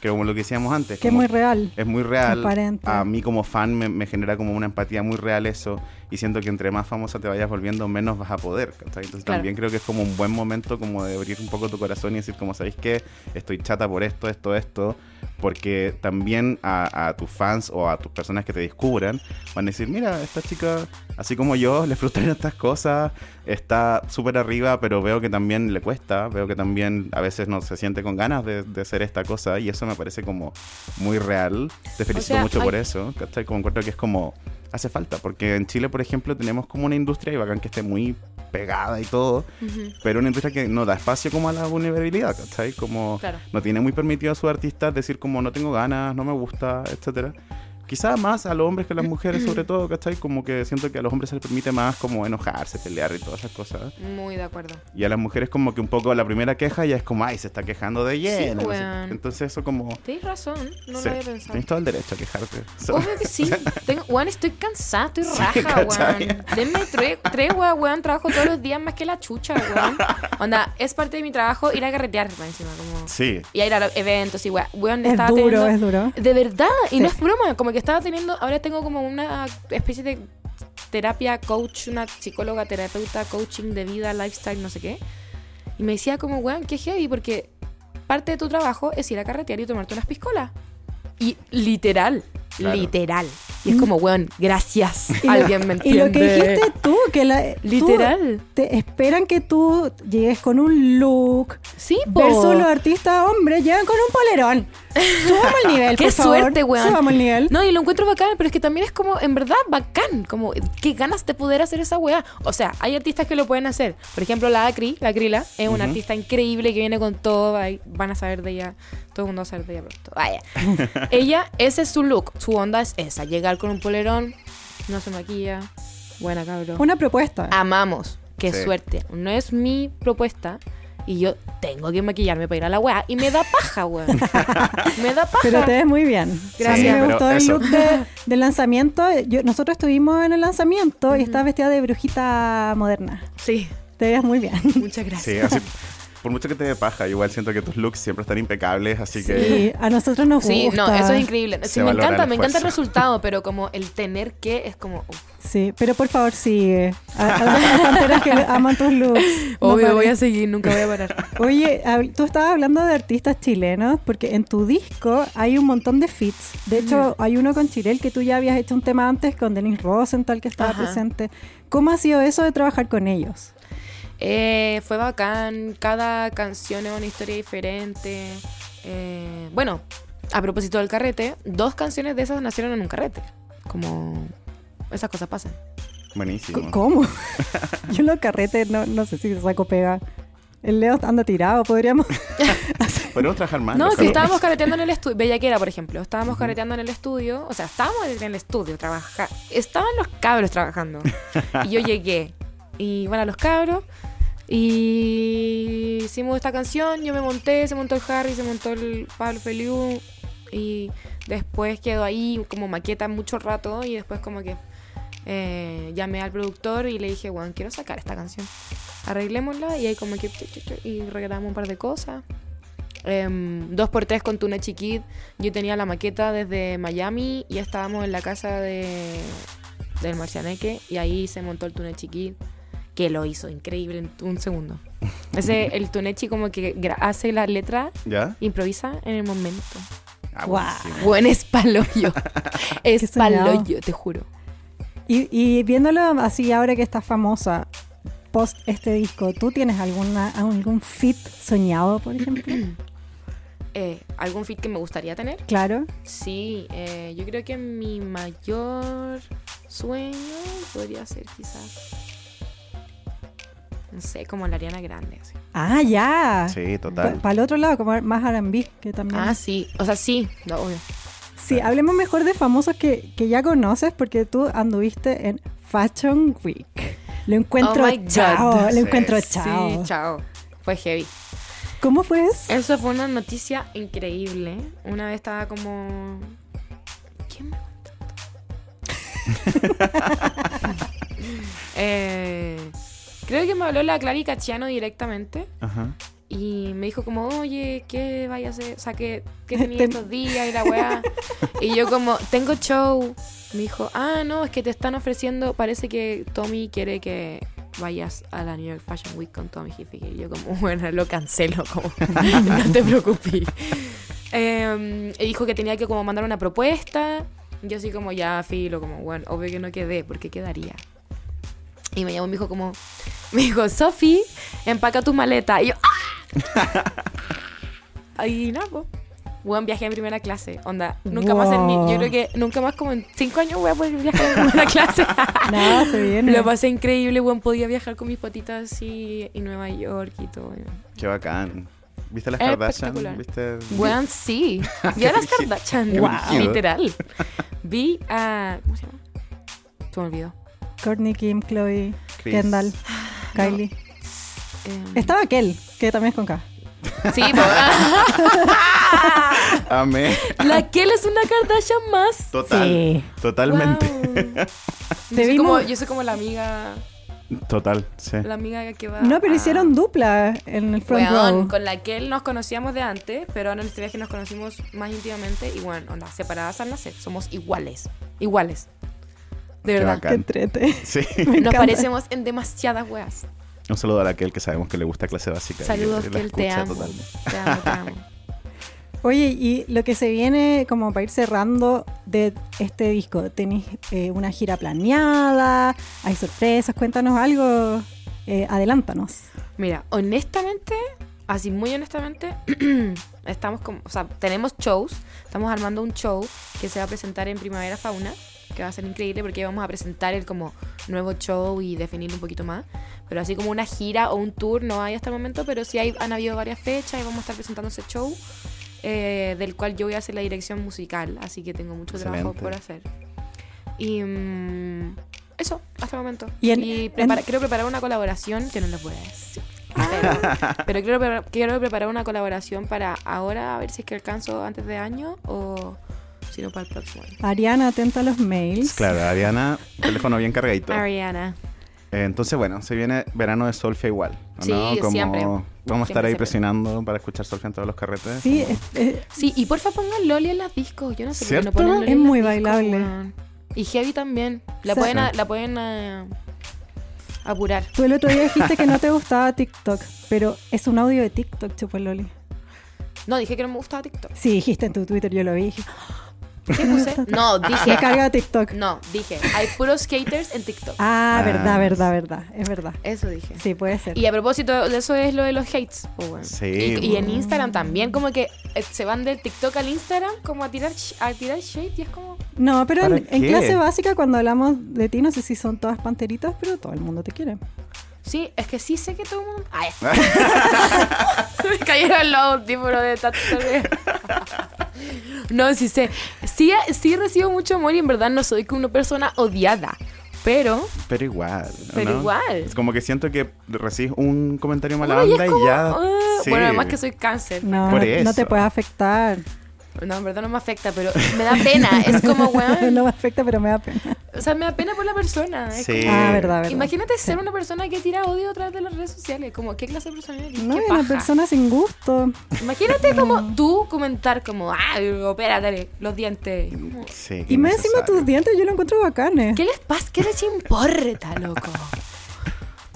Speaker 5: Que como lo que decíamos antes.
Speaker 3: Que es
Speaker 5: como-
Speaker 3: muy real.
Speaker 5: es muy real.
Speaker 3: Transparente.
Speaker 5: A mí como fan me, me genera como una empatía muy real eso. Y siento que entre más famosa te vayas volviendo, menos vas a poder. ¿cachai? Entonces
Speaker 6: Claro.
Speaker 5: también creo que es como un buen momento como de abrir un poco tu corazón y decir como, ¿sabéis qué? Estoy chata por esto, esto, esto. Porque también a, a tus fans o a tus personas que te descubran van a decir, mira, esta chica, así como yo, le frustran estas cosas, está súper arriba, pero veo que también le cuesta, veo que también a veces no se siente con ganas de, de hacer esta cosa y eso me parece como muy real. Te felicito
Speaker 6: sea,
Speaker 5: mucho
Speaker 6: hay-
Speaker 5: por eso, ¿cachai? Como encuentro que es como hace falta, porque en Chile, por ejemplo, tenemos como una industria y bacán que esté muy pegada y todo,
Speaker 6: Ujú.
Speaker 5: pero una industria que no da espacio como a la vulnerabilidad, ¿cachai? Como
Speaker 6: Claro.
Speaker 5: no tiene muy permitido a sus artistas decir como no tengo ganas, no me gusta, etcétera. Quizá más a los hombres que a las mujeres, sobre todo, ¿cachai? Como que siento que a los hombres se les permite más como enojarse, pelear y todas esas cosas.
Speaker 6: Muy de acuerdo.
Speaker 5: Y a las mujeres como que un poco la primera queja ya es como, ay, se está quejando de lleno. no sé.
Speaker 6: weón.
Speaker 5: Entonces eso como...
Speaker 6: Tienes razón, no
Speaker 5: sí,
Speaker 6: lo había pensado.
Speaker 5: Tienes todo el derecho a quejarte. So-
Speaker 6: Obvio que sí. Tengo, weón, estoy cansada, estoy raja,
Speaker 5: ¿cachai?
Speaker 6: weón. Denme tre- tregua, weón. Trabajo todos los días más que la chucha, weón. Onda, es parte de mi trabajo ir a carretear más encima, como.
Speaker 5: Sí,
Speaker 6: Y a ir a los eventos y weón. weón
Speaker 3: Es
Speaker 6: estaba
Speaker 3: duro,
Speaker 6: teniendo-
Speaker 3: es duro.
Speaker 6: De verdad, y no es broma, como que estaba teniendo, ahora tengo como una especie de terapia coach, una psicóloga, terapeuta, coaching de vida, lifestyle, no sé qué. Y me decía como, weón, qué heavy, porque parte de tu trabajo es ir a carretear y tomarte unas piscolas. Y literal,
Speaker 5: Claro.
Speaker 6: literal. Y es como, weón, gracias.
Speaker 3: Y lo-
Speaker 6: Alguien me
Speaker 3: Y
Speaker 6: entiende.
Speaker 3: lo que dijiste tú, que la, tú-
Speaker 6: Literal.
Speaker 3: te esperan que tú llegues con un look.
Speaker 6: Sí, po.
Speaker 3: Versus los artistas hombres llegan con un polerón. Subamos el nivel,
Speaker 6: Qué
Speaker 3: por favor.
Speaker 6: suerte, weón.
Speaker 3: Subamos el nivel.
Speaker 6: No, y lo encuentro bacán, pero es que también es como, en verdad, bacán. Como, qué ganas de poder hacer esa weá. O sea, hay artistas que lo pueden hacer. Por ejemplo, la Acri, la Acrila, es una artista increíble que viene con todo. ahí Van a saber de ella. Todo el mundo va a saber de ella pronto. Vaya. ella, ese es su look. Su onda es esa. Llegar con un polerón, no se maquilla. Buena, cabrón.
Speaker 3: Una propuesta.
Speaker 6: Ah. Amamos. Qué
Speaker 5: Sí.
Speaker 6: suerte. No es mi propuesta. Y yo tengo que maquillarme para ir a la weá. Y me da paja, weón. me da paja.
Speaker 3: Pero te ves muy bien.
Speaker 6: Gracias.
Speaker 3: A mí
Speaker 5: Sí,
Speaker 3: me
Speaker 5: pero
Speaker 3: gustó el
Speaker 5: eso.
Speaker 3: look de, del lanzamiento. Yo- nosotros estuvimos en el lanzamiento y estabas vestida de brujita moderna.
Speaker 6: Sí,
Speaker 3: Te ves muy bien.
Speaker 6: muchas gracias.
Speaker 5: sí, así... Por mucho que te dé paja, igual siento que tus looks siempre están impecables, así que...
Speaker 3: Sí, a nosotros nos
Speaker 6: Sí,
Speaker 3: gusta.
Speaker 6: no, eso es increíble.
Speaker 5: Se
Speaker 6: Sí, me
Speaker 5: valora
Speaker 6: encanta,
Speaker 5: el
Speaker 6: me encanta el
Speaker 5: esfuerzo.
Speaker 6: resultado, pero como el tener que es como. uf.
Speaker 3: Sí, pero por favor sigue. A, a las panteras que aman tus looks. no pares.
Speaker 6: seguir, nunca voy a parar.
Speaker 3: Oye, hab- tú estabas hablando de artistas chilenos, porque en tu disco hay un montón de feats. De hecho, hay uno con Chirel que tú ya habías hecho un tema antes con Denis Rosenthal que estaba
Speaker 6: Ajá.
Speaker 3: presente. ¿Cómo ha sido eso de trabajar con ellos?
Speaker 6: Eh, fue bacán, cada canción es una historia diferente. Eh, bueno, a propósito del carrete, dos canciones de esas nacieron en un carrete. Como. Esas cosas pasan.
Speaker 5: Buenísimo.
Speaker 3: C- ¿Cómo? Yo en los carretes no, no sé si saco pega. El Leo anda tirado, podríamos.
Speaker 5: Podemos trabajar más.
Speaker 6: No,
Speaker 5: los
Speaker 6: si
Speaker 5: carros.
Speaker 6: estábamos carreteando en el estudio, Bellaquera, por ejemplo, estábamos carreteando en el estudio, o sea, estábamos en el estudio trabajando, estaban los cabros trabajando. Y yo llegué, y bueno, los cabros, y hicimos esta canción, yo me monté, se montó el Harry, se montó el Pablo Feliu, y después quedó ahí como maqueta mucho rato, y después como que eh, llamé al productor y le dije, bueno, quiero sacar esta canción, arreglémosla, y ahí como que, chu, chu, chu, y regalamos un par de cosas. 2x3 con Tuna Chiquit. Yo tenía la maqueta desde Miami y estábamos en la casa de, del Marcianeque y ahí se montó el Tuna Chiquit, que lo hizo increíble en un segundo. Ese, el Tunechi como que gra- hace la letra,
Speaker 5: ¿Ya?
Speaker 6: improvisa en el momento.
Speaker 5: Ah,
Speaker 3: Guau.
Speaker 5: buenísimo.
Speaker 6: Buen espaloyo. es
Speaker 3: soñado.
Speaker 6: paloyo, te juro.
Speaker 3: Y, y viéndolo así ahora que estás famosa, post este disco, ¿tú tienes alguna, algún fit soñado, por ejemplo?
Speaker 6: eh, algún fit que me gustaría tener.
Speaker 3: Claro.
Speaker 6: Sí, eh, yo creo que mi mayor sueño podría ser quizás, no sé, como la Ariana Grande. así.
Speaker 3: Ah, ya.
Speaker 5: Sí, total.
Speaker 3: Para el otro lado, como más R&B, que también.
Speaker 6: Ah, sí, o sea, sí, no, obvio.
Speaker 3: sí, hablemos mejor de famosos que, que ya conoces, porque tú anduviste en Fashion Week. Lo encuentro
Speaker 6: Oh my God.
Speaker 3: chao,
Speaker 5: Sí,
Speaker 3: lo encuentro
Speaker 5: sí,
Speaker 3: chao.
Speaker 6: Sí, chao. Fue heavy.
Speaker 3: ¿Cómo fue eso?
Speaker 6: Eso fue una noticia increíble. Una vez estaba como. ¿Quién me contó esto? Eh, creo que me habló la Clary Cachiano directamente
Speaker 5: Ajá.
Speaker 6: y me dijo como, oye, ¿qué vaya a hacer? O sea, ¿qué, qué tenía
Speaker 3: Ten-
Speaker 6: estos días y la weá? y yo como, tengo show. Me dijo, ah, no, es que te están ofreciendo, parece que Tommy quiere que vayas a la New York Fashion Week con Tommy Hilfiger. Y yo como, bueno, lo cancelo, como, no te preocupes. Eh, y dijo que tenía que como mandar una propuesta. Yo así como, ya, filo, como, bueno, obvio que no quedé, porque quedaría. Y me llamó y me dijo como, me dijo, Sofi, empaca tu maleta. Y yo, ¡ah! Y nada, po. Weón, viajé en primera clase. Onda, nunca más en mi... Yo creo que nunca más como en cinco años voy a poder viajar en primera clase.
Speaker 3: Nada, se viene.
Speaker 6: Lo pasé increíble, weón. Podía viajar con mis patitas así en Nueva York y todo. weón.
Speaker 5: Qué bacán. ¿Viste las
Speaker 6: Es
Speaker 5: Kardashian?
Speaker 6: espectacular.
Speaker 5: ¿Viste?
Speaker 6: Weón, sí. Vi a las Kardashian.
Speaker 5: Qué
Speaker 6: Wow.
Speaker 5: brígido.
Speaker 6: Literal. Vi a... ¿Cómo se llama? Se me olvidó.
Speaker 3: Courtney Kim, Chloe,
Speaker 5: Chris.
Speaker 3: Kendall, Kylie.
Speaker 6: Em,
Speaker 3: Estaba aquel, que también es con K.
Speaker 6: sí, po.
Speaker 5: Amé.
Speaker 6: La Kel es una Kardashian más.
Speaker 5: Total.
Speaker 3: Sí.
Speaker 5: Totalmente.
Speaker 6: Wow. Yo,
Speaker 3: Te
Speaker 6: soy
Speaker 3: vimos-
Speaker 6: como, yo soy como la amiga,
Speaker 5: Total, sí.
Speaker 6: la amiga que va.
Speaker 3: No,
Speaker 5: Ah.
Speaker 3: pero
Speaker 6: a-
Speaker 3: hicieron dupla en el front
Speaker 6: Weón,
Speaker 3: row.
Speaker 6: con la que él nos conocíamos de antes, pero ahora en este viaje nos conocimos más íntimamente y bueno, onda, separadas al nacer, somos iguales, iguales. De
Speaker 5: Qué
Speaker 6: verdad.
Speaker 5: bacán.
Speaker 3: Qué entrete.
Speaker 5: Sí.
Speaker 3: Me
Speaker 6: Nos
Speaker 3: encanta.
Speaker 6: parecemos en demasiadas weas.
Speaker 5: Un saludo a Raquel que sabemos que le gusta clase básica. y
Speaker 6: Saludos,
Speaker 5: la
Speaker 6: que él te
Speaker 5: escucha
Speaker 6: amo.
Speaker 5: totalmente.
Speaker 6: Te amo, te amo.
Speaker 3: Oye, y lo que se viene como para ir cerrando de este disco, ¿tenéis eh, una gira planeada? ¿Hay sorpresas? Cuéntanos algo. Eh, adelántanos.
Speaker 6: Mira, honestamente, así muy honestamente, estamos como, o sea, tenemos shows, estamos armando un show que se va a presentar en Primavera Fauna, que va a ser increíble porque vamos a presentar el como nuevo show y definirlo un poquito más, pero así como una gira o un tour no hay hasta el momento, pero sí hay, han habido varias fechas y vamos a estar presentando ese show, eh, del cual yo voy a hacer la dirección musical, así que tengo mucho trabajo
Speaker 5: Excelente.
Speaker 6: por hacer. Y mm, eso, hasta el momento.
Speaker 3: Y
Speaker 6: Y,
Speaker 3: en-
Speaker 6: prepara-
Speaker 3: en-
Speaker 6: quiero preparar una colaboración que no les voy a decir. Pero, pero quiero, prepar- quiero preparar una colaboración para ahora, a ver si es que alcanzo antes de año o si no para el próximo año.
Speaker 3: Ariana, atenta a los mails.
Speaker 5: Claro, Ariana, teléfono bien cargadito.
Speaker 6: Ariana.
Speaker 5: Eh, Entonces, bueno, se viene verano de Solfia igual. ¿o
Speaker 6: Sí,
Speaker 5: ¿no?
Speaker 6: siempre.
Speaker 5: Vamos a estar
Speaker 6: Siempre,
Speaker 5: ahí
Speaker 6: siempre.
Speaker 5: presionando para escuchar Solfia en todos los carretes.
Speaker 3: Sí, es, es-
Speaker 6: Sí, y porfa pongan Loli en las discos. Yo no sé
Speaker 5: ¿Cierto?
Speaker 6: por qué no ponen Loli
Speaker 3: Es
Speaker 6: en las
Speaker 3: muy
Speaker 6: discos,
Speaker 3: bailable.
Speaker 6: weón. Y Heavy también. La
Speaker 3: Sí.
Speaker 6: pueden, a- la pueden eh, apurar.
Speaker 3: tú el otro día dijiste que no te gustaba TikTok, pero es un audio de TikTok, Chupololi.
Speaker 6: No, dije que no me gustaba TikTok.
Speaker 3: Sí, dijiste en tu Twitter, yo lo vi. Dije,
Speaker 6: ¿Qué puse? No,
Speaker 3: me
Speaker 6: dije.
Speaker 3: carga TikTok.
Speaker 6: Ah. No, dije. Hay puros skaters en TikTok.
Speaker 3: Ah,
Speaker 5: Ah.
Speaker 3: verdad, verdad, verdad. Es verdad.
Speaker 6: Eso dije.
Speaker 3: Sí, puede ser.
Speaker 6: Y a propósito, de eso es lo de los hates. po, weón.
Speaker 5: Sí,
Speaker 6: y, y en
Speaker 5: po.
Speaker 6: Instagram también, como que eh, se van del TikTok al Instagram como a tirar sh- a tirar shade y es como...
Speaker 3: No, pero
Speaker 5: ¿Para
Speaker 3: en, en
Speaker 5: qué?
Speaker 3: clase básica cuando hablamos de ti, no sé si son todas panteritas, pero todo el mundo te quiere.
Speaker 6: Sí, es que sí sé que todo el mundo... Ay. Me cayeron los tíburos de tanto... no, sí sé. Sí, sí recibo mucho amor y en verdad no soy como una persona odiada. Pero...
Speaker 5: Pero igual. ¿o
Speaker 6: Pero
Speaker 5: no?
Speaker 6: igual.
Speaker 5: Es como que siento que recibes un comentario mala
Speaker 6: Ay, es
Speaker 5: onda y,
Speaker 6: como,
Speaker 5: ya.
Speaker 6: ah,
Speaker 5: sí.
Speaker 6: Bueno, además que soy cáncer.
Speaker 3: No,
Speaker 5: Por
Speaker 3: no-
Speaker 5: eso.
Speaker 3: no te puede afectar.
Speaker 6: No, en verdad no me afecta, pero me da pena. Ah, Es como, weón...
Speaker 3: no me afecta, pero me da pena.
Speaker 6: O sea, me da pena por la persona. Es
Speaker 5: Sí.
Speaker 3: Ah, verdad, verdad.
Speaker 6: Imagínate ser una persona que tira odio a través de las redes sociales. Como, ¿qué clase de persona eres?
Speaker 3: No,
Speaker 6: ¿Qué
Speaker 3: es una
Speaker 6: paja?
Speaker 3: persona sin gusto.
Speaker 6: Imagínate como tú comentar como, ah, opérate los dientes. Como,
Speaker 5: Sí,
Speaker 3: Y más encima tus dientes yo lo encuentro eh. bacanes.
Speaker 6: ¿Qué les pasa? ¿Qué les importa, loco?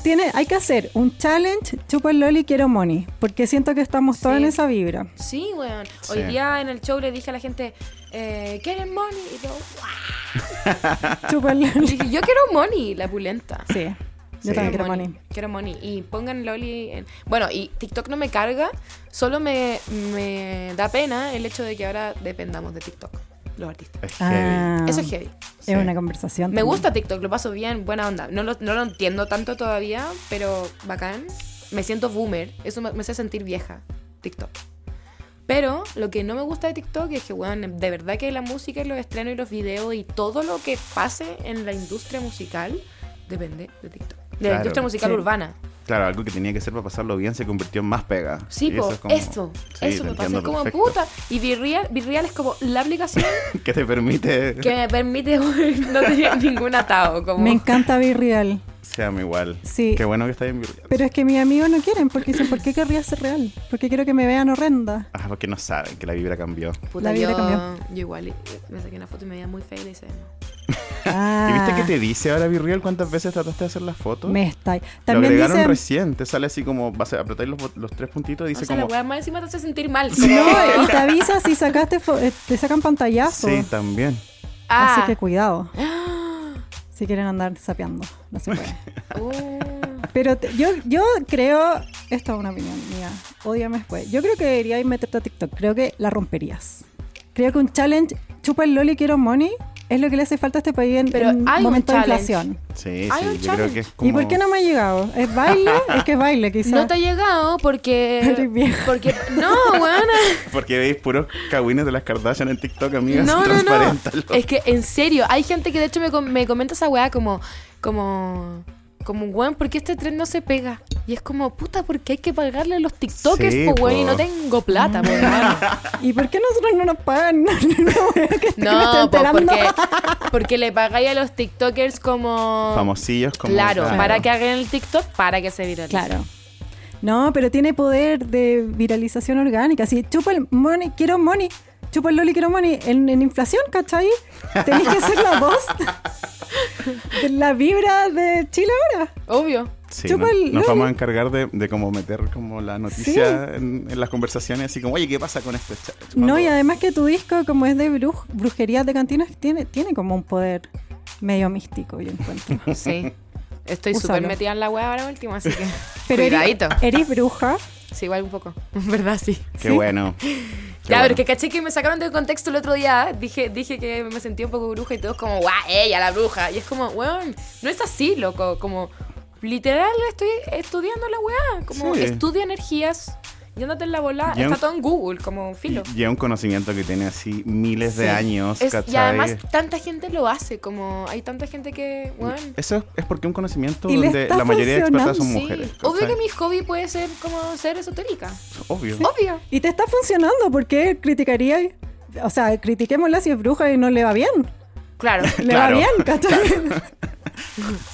Speaker 3: Tiene, hay que hacer un challenge, chupa el loli, quiero money. Porque siento que estamos todos
Speaker 6: Sí.
Speaker 3: en esa vibra.
Speaker 6: Sí, weón.
Speaker 5: Sí.
Speaker 6: Hoy día en el show le dije a la gente, eh, ¿quieren money? Y yo, "Guau".
Speaker 3: Chupa el
Speaker 6: Y
Speaker 3: loli.
Speaker 6: dije, yo quiero money, la pulenta.
Speaker 3: Sí, yo
Speaker 5: Sí.
Speaker 3: también quiero money.
Speaker 6: Quiero money. Y pongan Loli en... Bueno, y TikTok no me carga, solo me, me da pena el hecho de que ahora dependamos de TikTok, los artistas.
Speaker 5: Es heavy.
Speaker 3: Ah,
Speaker 6: Eso es heavy.
Speaker 3: es
Speaker 5: Sí.
Speaker 3: una conversación.
Speaker 6: Me
Speaker 3: también.
Speaker 6: gusta TikTok, lo paso bien, buena onda. No lo, no lo entiendo tanto todavía, pero bacán. Me siento boomer, eso me, me hace sentir vieja, TikTok. Pero lo que no me gusta de TikTok es que, weón, de verdad que la música y los estrenos y los videos y todo lo que pase en la industria musical depende de TikTok. De la
Speaker 5: Claro.
Speaker 6: industria musical
Speaker 3: Sí.
Speaker 6: urbana.
Speaker 5: Claro, algo que tenía que ser para pasarlo bien se convirtió en más pega.
Speaker 6: Sí,
Speaker 5: Y
Speaker 6: po,
Speaker 5: es como-
Speaker 6: eso,
Speaker 5: Sí,
Speaker 6: eso me pasa.
Speaker 5: te entiendo
Speaker 6: Es como
Speaker 5: perfecto.
Speaker 6: puta. Y Virreal, Virreal es como la aplicación
Speaker 5: Que te permite.
Speaker 6: que me permite weón, no tener ningún atado. Como...
Speaker 5: Oh.
Speaker 3: Me encanta Be Real.
Speaker 5: Seame igual.
Speaker 3: Sí.
Speaker 5: Qué bueno que estás en Virreal.
Speaker 3: Pero es que mis amigos no quieren porque dicen, ¿por qué querría ser real? Porque quiero que me vean horrenda.
Speaker 5: Ah, porque no saben que la vibra cambió.
Speaker 6: Puta,
Speaker 3: La vida
Speaker 6: yo,
Speaker 3: cambió.
Speaker 6: yo igual eh, me saqué una foto y me veía muy fea y le hice no.
Speaker 3: Ah,
Speaker 5: ¿Y viste que te dice ahora Virreal cuántas veces trataste de hacer la foto?
Speaker 3: Me está.
Speaker 5: Lo
Speaker 3: También
Speaker 5: agregaron
Speaker 3: dicen.
Speaker 5: recién, te sale así como, vas a apretar los, bot- los tres puntitos y dice
Speaker 6: O sea, la
Speaker 5: como...
Speaker 6: weá más encima te hace sentir mal. como-
Speaker 3: No, y te avisa si sacaste. fo- eh, Te sacan pantallazo.
Speaker 5: Sí, también.
Speaker 6: Ah.
Speaker 3: Así que cuidado. Si quieren andar sapeando, no se puede.
Speaker 6: Uh,
Speaker 3: Pero te- yo, yo creo, esta es una opinión mía, odiame después. Yo creo que deberías meterte a TikTok, creo que la romperías. Creo que un challenge, chupa el loli, quiero money, es lo que le hace falta a este país en,
Speaker 6: Pero
Speaker 3: en
Speaker 6: hay un
Speaker 3: momento de
Speaker 6: challenge.
Speaker 3: inflación.
Speaker 5: Sí,
Speaker 6: Hay
Speaker 5: sí,
Speaker 6: un
Speaker 5: yo creo
Speaker 6: challenge.
Speaker 5: que es como...
Speaker 3: ¿Y por qué no me ha llegado? ¿Es baile? es que es baile, quizás.
Speaker 6: no te ha llegado porque.
Speaker 3: Eres vieja.
Speaker 6: Porque. No, weona.
Speaker 5: Porque veis puros cagüines de las Kardashian en TikTok, amigas.
Speaker 6: No, no, no.
Speaker 5: Transparéntalo.
Speaker 6: Es que en serio, hay gente que de hecho me, com- me comenta esa weá como. Como. Como, weón, ¿por qué este tren no se pega? Y es como, puta, porque hay que pagarle a los TikTokers,
Speaker 5: Sí,
Speaker 6: po, weón, y
Speaker 5: po.
Speaker 6: no tengo plata, po, hermano.
Speaker 3: ¿Y por qué nosotros no nos pagan? no, que me estoy
Speaker 6: No, po,
Speaker 3: enterando.
Speaker 6: porque, porque le pagáis a los TikTokers como.
Speaker 5: Famosillos como...
Speaker 6: Claro,
Speaker 3: Claro.
Speaker 6: para que hagan el TikTok, para que se viralice.
Speaker 3: Claro. No, pero tiene poder de viralización orgánica. Si chupa el money, quiero money. Chupa el loli, quiero money. En, en inflación, ¿cachai? Tenés que ser la voz de la vibra de Chile ahora.
Speaker 6: Obvio.
Speaker 5: Sí,
Speaker 3: Chupa
Speaker 5: no-
Speaker 3: el
Speaker 5: nos
Speaker 3: loli.
Speaker 5: vamos a encargar de, de como meter como la noticia en, en las conversaciones, así como, oye, ¿qué pasa con este chat?
Speaker 3: No, y además que tu disco, como es de bruj- brujerías de cantinas, tiene, tiene como un poder medio místico, yo encuentro.
Speaker 6: Sí. Estoy
Speaker 3: Úsalo.
Speaker 6: súper metida en la web ahora último, así que.
Speaker 3: Pero eres,
Speaker 6: cuidadito.
Speaker 3: eres bruja.
Speaker 6: Sí, igual un poco. En verdad, sí.
Speaker 5: Qué bueno. Qué
Speaker 6: Ya,
Speaker 5: bueno.
Speaker 6: pero que caché que me sacaron de contexto el otro día. ¿eh? Dije, dije que me sentía un poco bruja y todos como, guau, ella, la bruja. Y es como, weón, no es así, loco. Como, literal, estoy estudiando la weá. Como,
Speaker 5: Sí.
Speaker 6: estudia energías y ándate en la bola.
Speaker 5: Ya-
Speaker 6: Está todo en Google, como filo.
Speaker 5: Y es un conocimiento que tiene así miles de
Speaker 6: Sí.
Speaker 5: años,
Speaker 6: Es-
Speaker 5: ¿cachai?
Speaker 6: y además tanta gente lo hace, como hay tanta gente que, weón,
Speaker 5: Eso es porque un conocimiento
Speaker 3: Y le
Speaker 5: donde
Speaker 3: está
Speaker 5: la mayoría de expertas son
Speaker 6: sí.
Speaker 5: mujeres.
Speaker 6: Obvio
Speaker 5: ¿cachai?
Speaker 6: que mi hobby puede ser como ser esotérica.
Speaker 5: Obvio.
Speaker 6: Obvio.
Speaker 3: Y te está funcionando. ¿Por qué criticaría? O sea, critiquémosla si es bruja y no le va bien.
Speaker 6: Claro.
Speaker 3: Le
Speaker 5: Claro.
Speaker 3: va bien, ¿cachai?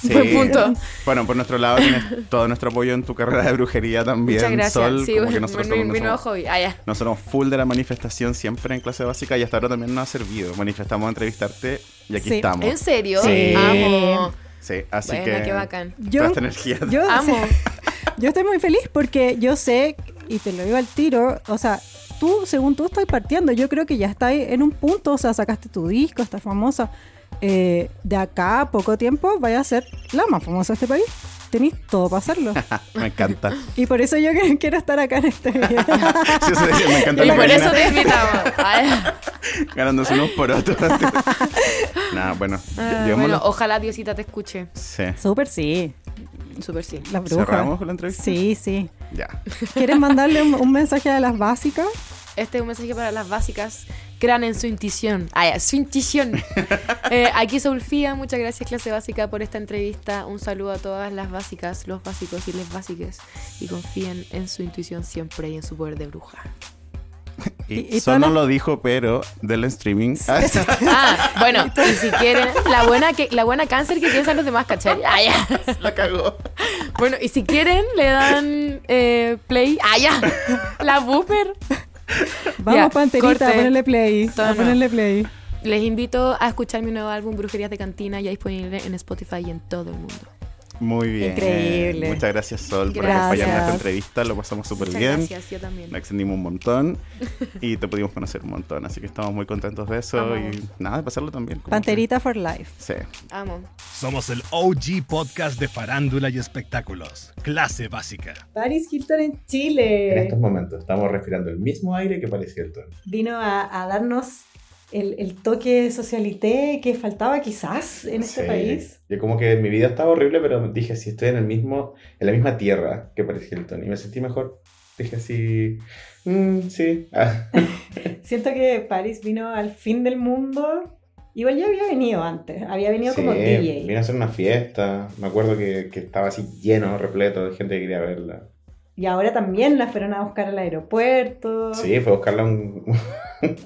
Speaker 5: Sí.
Speaker 6: Buen punto.
Speaker 5: Bueno, por nuestro lado tienes todo nuestro apoyo en tu carrera de brujería también.
Speaker 6: Muchas gracias.
Speaker 5: Sol,
Speaker 6: sí,
Speaker 5: como
Speaker 6: bueno,
Speaker 5: que nosotros
Speaker 6: mi,
Speaker 5: somos-
Speaker 6: mi
Speaker 5: no
Speaker 6: nuevo
Speaker 5: somos-
Speaker 6: hobby. Ah, ya.
Speaker 5: no somos full de la manifestación siempre en clase básica y hasta ahora también nos ha servido. Manifestamos a entrevistarte y aquí
Speaker 3: Sí.
Speaker 5: estamos.
Speaker 6: ¿En serio?
Speaker 5: Sí.
Speaker 6: Amo.
Speaker 5: Sí, así
Speaker 6: Bueno,
Speaker 5: que.
Speaker 6: qué bacán.
Speaker 3: Yo,
Speaker 5: Toda esta energía.
Speaker 3: yo-
Speaker 6: Amo.
Speaker 3: yo estoy muy feliz porque yo sé, y te lo digo al tiro, o sea, tú, según tú, estás partiendo. Yo creo que ya estás en un punto, o sea, sacaste tu disco, estás famosa. Eh, de acá a poco tiempo vaya a ser la más famosa de este país. Tenéis todo para hacerlo.
Speaker 5: Me encanta.
Speaker 3: Y por eso yo que- quiero estar acá en este video.
Speaker 5: Sí, eso decía, me encanta
Speaker 6: Y
Speaker 5: la
Speaker 6: por
Speaker 5: Karina
Speaker 6: eso te invitamos. Ah, ya.
Speaker 5: ganándose unos por otros. Nada, bueno.
Speaker 6: Ah,
Speaker 5: llevémoslo.
Speaker 6: bueno, ojalá Diosita te escuche.
Speaker 5: Sí.
Speaker 3: Súper sí,
Speaker 6: Súper sí.
Speaker 3: las brujas.
Speaker 5: ¿Cerramos con la entrevista?
Speaker 3: Sí, sí.
Speaker 5: Ya.
Speaker 3: ¿Quieres mandarle un, un mensaje a las básicas?
Speaker 6: Este es un mensaje para las básicas. Crean en su intuición. Ah, ya, su intuición. Eh, aquí Solfía, muchas gracias clase básica por esta entrevista. Un saludo a todas las básicas, los básicos y las básicas. Y confíen en su intuición siempre y en su poder de bruja.
Speaker 5: Y,
Speaker 3: Y- y
Speaker 5: Sol no
Speaker 3: todas las-
Speaker 5: lo dijo, pero del streaming.
Speaker 6: Ah, bueno, y si quieren, la buena, que, la buena cáncer que piensan los demás, ¿cachai? Ah, ya.
Speaker 5: la cagó.
Speaker 6: Bueno, y si quieren, le dan eh, play. Ah, ya. La boomer.
Speaker 3: Vamos
Speaker 6: Ya,
Speaker 3: panterita,
Speaker 6: corte.
Speaker 3: a ponerle play.
Speaker 6: Todo
Speaker 3: A
Speaker 6: no.
Speaker 3: ponerle play.
Speaker 6: Les invito a escuchar mi nuevo álbum Brujerías de Cantina, ya disponible en Spotify y en todo el mundo.
Speaker 5: Muy bien.
Speaker 7: Increíble.
Speaker 5: Muchas gracias, Sol, por
Speaker 6: Gracias.
Speaker 5: acompañarnos en esta entrevista. Lo pasamos súper
Speaker 6: Muchas
Speaker 5: bien.
Speaker 6: gracias, yo también.
Speaker 5: Nos extendimos un montón y te pudimos conocer un montón. Así que estamos muy contentos de eso
Speaker 6: Amamos.
Speaker 5: y nada, de pasarlo también. como
Speaker 7: Panterita for life.
Speaker 5: que- Sí.
Speaker 6: Amo.
Speaker 4: Somos el OG podcast de farándula y espectáculos. Clase básica.
Speaker 3: Paris Hilton en
Speaker 2: En
Speaker 3: Chile
Speaker 2: estos momentos estamos respirando el mismo aire que parecía el tono.
Speaker 3: vino a, a darnos el, el toque socialité que faltaba quizás en este
Speaker 2: Sí.
Speaker 3: país.
Speaker 2: Yo como que mi vida estaba horrible, pero dije, si estoy en el mismo, en la misma tierra que Paris Hilton, y me sentí mejor. Dije así, "Mm, sí, Ah,
Speaker 3: Siento que Paris vino al fin del mundo. Igual ya había venido antes, había venido
Speaker 2: sí,
Speaker 3: como DJ.
Speaker 2: vine a hacer una fiesta, me acuerdo que, que estaba así lleno, repleto de gente que quería verla.
Speaker 3: Y ahora también la fueron a buscar al aeropuerto.
Speaker 2: Sí, fue a buscarla un,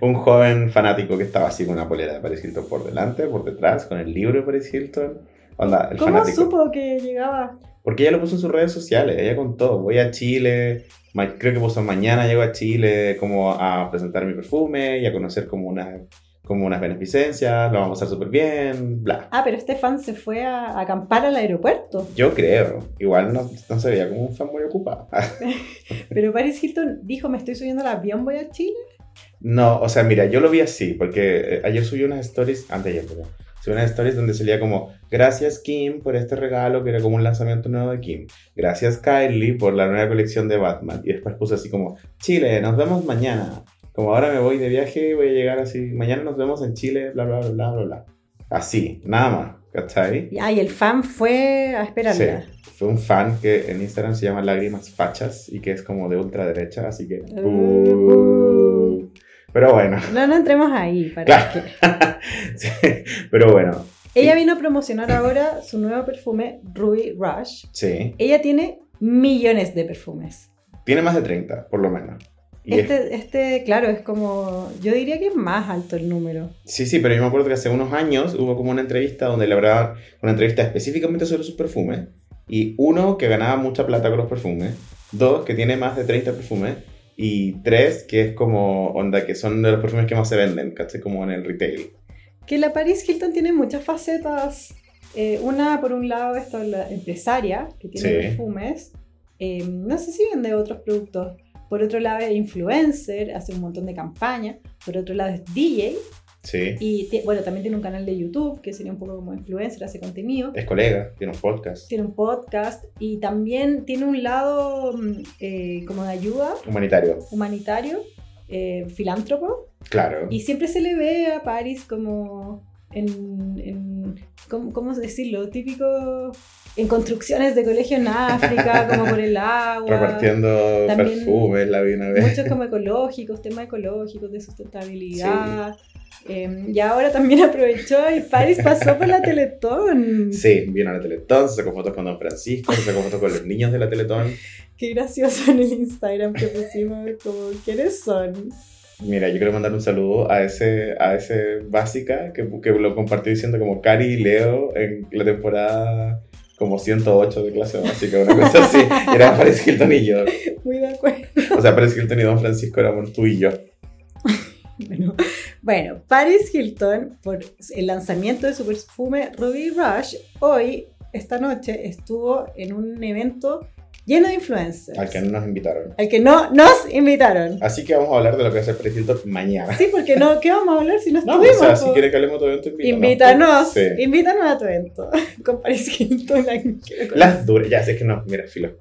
Speaker 2: un joven fanático que estaba así con una polera de Paris Hilton por delante, por detrás, con el libro de Paris Hilton. Onda, el
Speaker 3: ¿Cómo
Speaker 2: fanático.
Speaker 3: supo que llegaba?
Speaker 2: Porque ella lo puso en sus redes sociales, ella contó, voy a Chile, ma- creo que puso mañana llego a Chile como a presentar mi perfume y a conocer como unas como unas beneficencias, lo vamos a pasar súper bien, bla.
Speaker 3: Ah, pero este fan se fue a, a acampar al aeropuerto.
Speaker 2: Yo creo, igual no, no se veía como un fan muy ocupado.
Speaker 3: Pero Paris Hilton dijo, me estoy subiendo al avión, voy a Chile.
Speaker 2: No, o sea, mira, yo lo vi así, porque eh, ayer subí unas stories, antes de ayer, perdón, subí unas stories donde salía como, gracias Kim por este regalo, que era como un lanzamiento nuevo de Kim, gracias Kylie por la nueva colección de Batman, y después puse así como, Chile, nos vemos mañana, como ahora me voy de viaje y voy a llegar así, mañana nos vemos en Chile, bla, bla, bla, bla, bla, bla. Así, nada más, ¿cachai?
Speaker 3: Y- Ah, y el fan fue a esperarla.
Speaker 2: Sí, fue un fan que en Instagram se llama Lágrimas Fachas y que es como de ultraderecha, así que...
Speaker 3: Uh.
Speaker 2: Pero bueno.
Speaker 3: No, no entremos ahí. Para
Speaker 2: Claro.
Speaker 3: que-
Speaker 2: Sí, Pero bueno,
Speaker 3: Ella vino a promocionar ahora su nuevo perfume, Ruby Rush.
Speaker 2: sí.
Speaker 3: Ella tiene millones de perfumes.
Speaker 2: Tiene más de 30, por lo menos. Y es-
Speaker 3: Este, este, claro, es como, yo diría que es más alto el número.
Speaker 2: sí, sí, pero yo me acuerdo que hace unos años hubo como una entrevista donde le hablaban una entrevista específicamente sobre sus perfumes. Y uno, que ganaba mucha plata con los perfumes. Dos, que tiene más de 30 perfumes. Y tres, que es como onda, que son de los perfumes que más se venden, ¿cachai? Como en el retail.
Speaker 3: Que la Paris Hilton tiene muchas facetas. Eh, una, por un lado, esto, la empresaria, que tiene
Speaker 2: Sí.
Speaker 3: perfumes. Eh, no sé si vende otros productos. Por otro lado, es influencer, hace un montón de campañas. Por otro lado, es DJ.
Speaker 2: Sí.
Speaker 3: Y ti- bueno, también tiene un canal de YouTube, que sería un poco como influencer, hace contenido.
Speaker 2: Es colega, tiene un podcast
Speaker 3: Tiene un podcast y también tiene un lado mm, eh, como de ayuda
Speaker 2: humanitario,
Speaker 3: humanitario, eh, filántropo.
Speaker 2: claro.
Speaker 3: Y siempre se le ve a Paris como en, en- ¿cómo, cómo decirlo? Típico en construcciones de colegio en África, como por el agua.
Speaker 2: Repartiendo
Speaker 3: ah,
Speaker 2: eh.
Speaker 3: También-
Speaker 2: perfumes, la vi una vez.
Speaker 3: Muchos como ecológicos, temas ecológicos, de sustentabilidad. Eh, y ahora también aprovechó y Paris pasó por la Teletón.
Speaker 2: Sí, vino a la Teletón, se sacó fotos con Don Francisco, se sacó fotos con los niños de la Teletón.
Speaker 3: Qué gracioso en el Instagram que pusimos, como, ¿quiénes son?
Speaker 2: Mira, yo quiero mandar un saludo a ese, a ese básica que, que lo compartió diciendo como Cari y Leo en la temporada como 108 de clase básica, una cosa así. Y Era Paris Hilton y yo.
Speaker 3: Muy de acuerdo.
Speaker 2: O sea, Paris Hilton y Don Francisco éramos tú y yo.
Speaker 3: Bueno, bueno, Paris Hilton, por el lanzamiento de su perfume Ruby Rush, hoy, esta noche, estuvo en un evento lleno de influencers.
Speaker 2: Al que no nos invitaron.
Speaker 3: Al que no nos invitaron.
Speaker 2: Así que vamos a hablar de lo que va a hacer Paris Hilton mañana.
Speaker 3: Sí, porque no, ¿qué vamos a hablar si no
Speaker 2: No, pues,
Speaker 3: estuvimos?
Speaker 2: o sea, si
Speaker 3: po?
Speaker 2: quieres que hablemos de evento,
Speaker 3: Invítanos,
Speaker 2: Sí.
Speaker 3: invítanos a tu evento con Paris Hilton. la que quiero conocer.
Speaker 2: Las duras, ya, si es que no, mira, filo.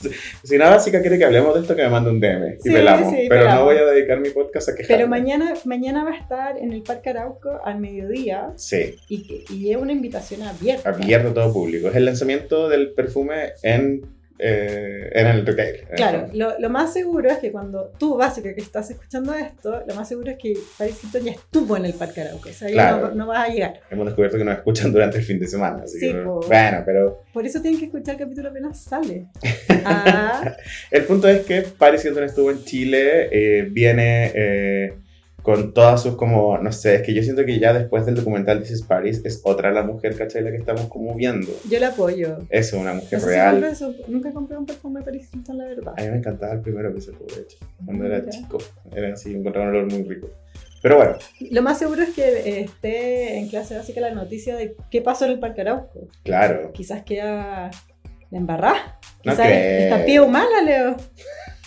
Speaker 2: si una básica quiere que hablemos de esto, que me mande un DM y
Speaker 3: Sí,
Speaker 2: velamos.
Speaker 3: sí,
Speaker 2: pero
Speaker 3: velamos.
Speaker 2: no voy a dedicar mi podcast a quejarme.
Speaker 3: Pero mañana, mañana va a estar en el Parque Arauco al mediodía
Speaker 2: Sí.
Speaker 3: y, que- y es una invitación abierta.
Speaker 2: abierto a todo público. Es el lanzamiento del perfume en, eh, en el retail. en el
Speaker 3: Claro,
Speaker 2: fondo.
Speaker 3: lo, lo más seguro es que cuando tú, básica, que estás escuchando esto, lo más seguro es que Paris Hilton ya estuvo en el Parque Arauco. O sea, ya
Speaker 2: Claro.
Speaker 3: no, no vas a llegar.
Speaker 2: Hemos descubierto que nos escuchan durante el fin de semana. así
Speaker 3: Sí,
Speaker 2: que,
Speaker 3: po.
Speaker 2: bueno, pero
Speaker 3: Por eso tienen que escuchar el capítulo apenas sale. Ah,
Speaker 2: el punto es que Paris Hilton estuvo en Chile, eh, viene eh, con todas sus como, no sé, es que yo siento que ya después del documental This is Paris es otra la mujer, ¿cachai? La que estamos como viendo.
Speaker 3: yo la apoyo.
Speaker 2: Eso, una mujer
Speaker 3: No sé si compré
Speaker 2: real.
Speaker 3: eso. nunca compré un perfume de Paris Hilton, la verdad.
Speaker 2: A mí me encantaba el primero que se tuvo, de hecho, cuando
Speaker 3: Mira.
Speaker 2: era chico. Era así, encontraba un olor muy rico. Pero bueno,
Speaker 3: Lo más seguro es que eh, esté en clase básica la noticia de qué pasó en el Parque Arauco.
Speaker 2: claro.
Speaker 3: Quizás queda la embarrada.
Speaker 2: No
Speaker 3: Quizás
Speaker 2: creo.
Speaker 3: está pie humana, Leo.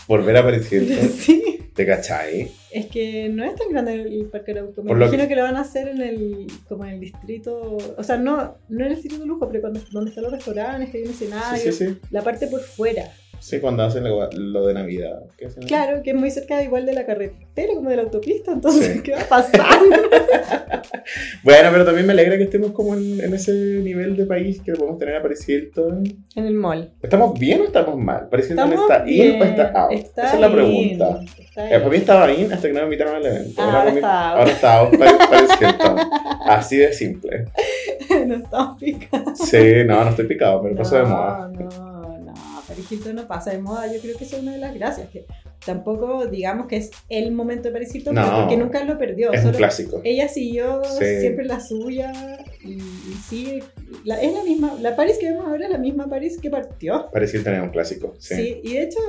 Speaker 2: Volver a aparecer,
Speaker 3: Sí.
Speaker 2: ¿te cachai?
Speaker 3: Es que no es tan grande el, el Parque Arauco. Me
Speaker 2: Por lo
Speaker 3: imagino que... lo van a hacer en el, como en el distrito. O sea, no, no en el distrito de lujo, pero cuando, donde están los restaurantes, que hay un escenario.
Speaker 2: Sí, sí, sí.
Speaker 3: La parte por fuera.
Speaker 2: Sí, cuando hacen lo, lo de Navidad. ¿qué hacen?
Speaker 3: Claro, que es muy cerca igual de la carretera, como de la autopista. Entonces,
Speaker 2: Sí.
Speaker 3: ¿qué va a pasar?
Speaker 2: Bueno, pero también me alegra que estemos como en, en ese nivel de país que podemos tener a Paris Hilton.
Speaker 3: en el mall.
Speaker 2: ¿Estamos bien o estamos mal? Paris Hilton
Speaker 3: Estamos
Speaker 2: está
Speaker 3: bien.
Speaker 2: in o está out.
Speaker 3: Está
Speaker 2: Esa es la
Speaker 3: in,
Speaker 2: pregunta.
Speaker 3: está
Speaker 2: Eh, para mí
Speaker 3: in.
Speaker 2: estaba in hasta que no me invitaron al evento.
Speaker 3: Ah,
Speaker 2: Ahora para
Speaker 3: ahora
Speaker 2: mí-
Speaker 3: está out.
Speaker 2: ahora está out Paris- Paris Hilton. Así de simple.
Speaker 3: no estamos picados.
Speaker 2: Sí, no, no estoy picado, pero pasó de moda.
Speaker 3: No, no, Paris Hilton no pasa de moda. Yo creo que esa es una de las gracias. Que tampoco digamos que es el momento de Paris Hilton,
Speaker 2: No.
Speaker 3: pero porque nunca lo perdió.
Speaker 2: Es un
Speaker 3: solo
Speaker 2: clásico.
Speaker 3: ella siguió
Speaker 2: Sí.
Speaker 3: siempre la suya y, y sí, la- es la misma. La Paris que vemos ahora es la misma Paris que partió.
Speaker 2: Paris Hilton es un clásico.
Speaker 3: Sí.
Speaker 2: Sí.
Speaker 3: y de hecho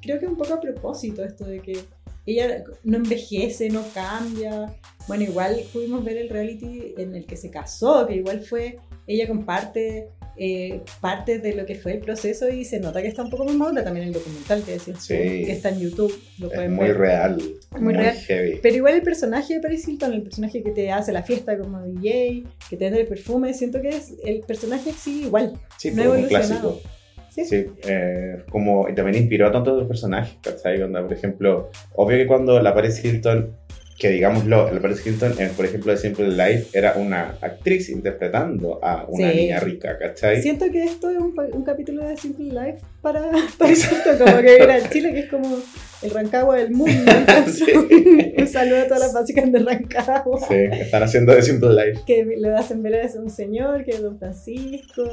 Speaker 3: creo que un poco a propósito esto de que ella no envejece, no cambia. Bueno, igual pudimos ver el reality en el que se casó, que igual fue, ella comparte eh, parte de lo que fue el proceso y se nota que está un poco más madura también el documental que decías, tú,
Speaker 2: Sí.
Speaker 3: que está en YouTube, lo
Speaker 2: Es
Speaker 3: pueden
Speaker 2: muy
Speaker 3: ver.
Speaker 2: real.
Speaker 3: Muy real.
Speaker 2: heavy.
Speaker 3: Pero igual el personaje de Paris Hilton, el personaje que te hace la fiesta como DJ, que te vende el perfume, siento que es el personaje sigue igual.
Speaker 2: Sí,
Speaker 3: no
Speaker 2: pero es un
Speaker 3: evolucionado.
Speaker 2: clásico.
Speaker 3: Sí,
Speaker 2: Sí, eh, como y también inspiró a tantos otros personajes, ¿cachai? Onda, por ejemplo, obvio que cuando la Paris Hilton, que digámoslo, la Paris Hilton, en, por ejemplo, de Simple Life, era una actriz interpretando a una
Speaker 3: Sí.
Speaker 2: niña rica, ¿cachai?
Speaker 3: Siento que esto es un, pa- un capítulo de Simple Life para, para esto, como que era el Chile, que es como el Rancagua del mundo. entonces,
Speaker 2: Sí.
Speaker 3: un saludo a todas las básicas de Rancagua.
Speaker 2: Sí, están haciendo de Simple Life.
Speaker 3: Que lo hacen ver a un señor, que es Don Francisco.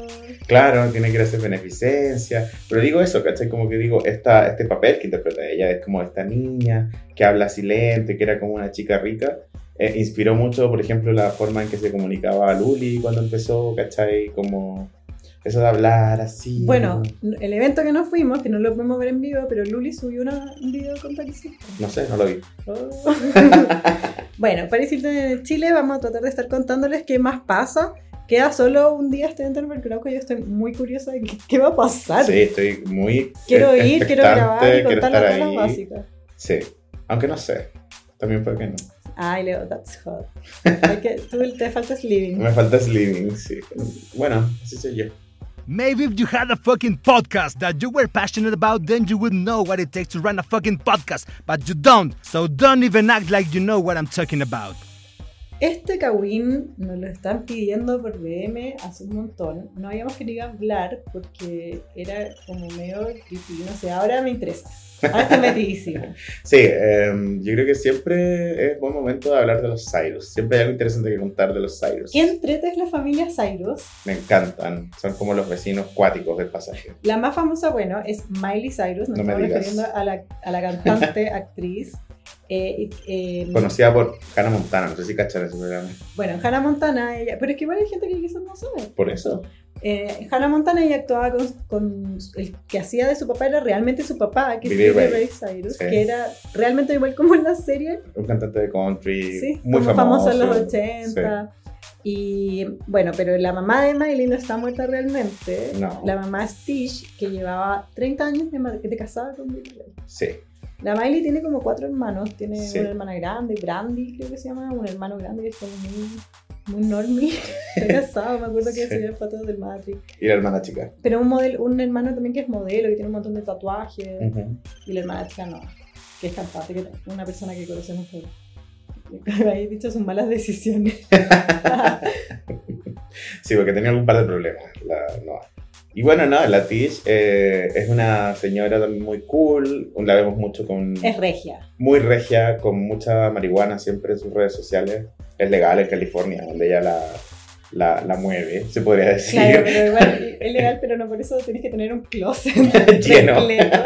Speaker 2: Claro, tiene que ir a hacer beneficencia. Pero digo eso, ¿cachai? Como que digo, esta, este papel que interpreta ella es como esta niña que habla así lento, que era como una chica rica. eh, inspiró mucho, por ejemplo, la forma en que se comunicaba Luli cuando empezó, ¿cachai? Como eso de hablar así.
Speaker 3: Bueno, el evento que nos fuimos, que no lo podemos ver en vivo, pero Luli subió una- un video con Paris Hilton.
Speaker 2: No sé, no lo vi.
Speaker 3: Oh. bueno, Paris Hilton en Chile, vamos a tratar de estar contándoles qué más pasa. Queda solo un día este evento en el Mercado, yo estoy muy curiosa de qué, qué va a pasar.
Speaker 2: Sí, estoy muy.
Speaker 3: Quiero
Speaker 2: e-
Speaker 3: ir, quiero
Speaker 2: expectante,
Speaker 3: grabar y
Speaker 2: quiero
Speaker 3: contar
Speaker 2: estar
Speaker 3: las cosas
Speaker 2: ahí.
Speaker 3: básicas.
Speaker 2: Sí, aunque no sé. También puede que no.
Speaker 3: Ay, Leo, that's hot. Hay que- tú te falta living.
Speaker 2: Me falta Sleeping, sí. Bueno, así soy yo.
Speaker 4: Maybe if you had a fucking podcast that you were passionate about, then you would know what it takes to run a fucking podcast, but you don't, so don't even act like you know what I'm talking about.
Speaker 3: Este Kawin nos lo están pidiendo por BM hace un montón. No habíamos querido hablar porque era como medio creepy. No sé, ahora me interesa. Ahora estoy metidísima.
Speaker 2: Sí, em, yo creo que siempre es buen momento de hablar de los Cyrus. Siempre hay algo interesante que contar de los Cyrus.
Speaker 3: ¿Qué entrete es la familia Cyrus?
Speaker 2: Me encantan. Son como los vecinos cuáticos del pasaje.
Speaker 3: La más famosa, bueno, es Miley Cyrus. Nos
Speaker 2: No me
Speaker 3: estamos
Speaker 2: digas.
Speaker 3: refiriendo a la, a la cantante, actriz. Eh, y, eh,
Speaker 2: Conocida por Hannah Montana, no sé si cachan ese programa.
Speaker 3: bueno, Hannah Montana, ella, pero es que igual hay gente que quizás no sabe.
Speaker 2: Por eso.
Speaker 3: Eh, Hannah Montana ella actuaba con, con el que hacía de su papá era realmente su papá, que es
Speaker 2: Billy
Speaker 3: Billy
Speaker 2: Ray.
Speaker 3: Ray Cyrus,
Speaker 2: Sí.
Speaker 3: que era realmente igual como en la serie,
Speaker 2: Un cantante de country
Speaker 3: sí,
Speaker 2: muy
Speaker 3: como
Speaker 2: famoso.
Speaker 3: famoso en los 80. Y bueno, pero la mamá de Miley no está muerta realmente.
Speaker 2: No.
Speaker 3: La mamá Stitch, que llevaba 30 años de, ma- de casada con Billy Ray.
Speaker 2: Sí, sí.
Speaker 3: La Miley tiene como cuatro hermanos. Tiene
Speaker 2: Sí.
Speaker 3: una hermana grande, Brandy creo que se llama, un hermano grande que es como muy, muy normie. Está casado, me acuerdo que
Speaker 2: Sí.
Speaker 3: subía fotos del Matrix.
Speaker 2: Y la hermana chica.
Speaker 3: Pero un, modelo, un hermano también que es modelo, que tiene un montón de tatuajes.
Speaker 2: Ujú.
Speaker 3: Y la hermana chica no, que es cantante, que es una persona que conocemos por... Habéis dicho sus malas decisiones.
Speaker 2: Sí, porque tenía algún par de problemas. La Noah. Y bueno, no, la Tish eh, es una señora también muy cool. La vemos mucho con.
Speaker 3: es regia.
Speaker 2: muy regia, con mucha marihuana siempre en sus redes sociales. Es legal en California, donde ella la, la, la mueve, se podría decir.
Speaker 3: Claro, pero igual es legal, pero no por eso tenés que tener un closet
Speaker 2: Lleno.
Speaker 3: completo.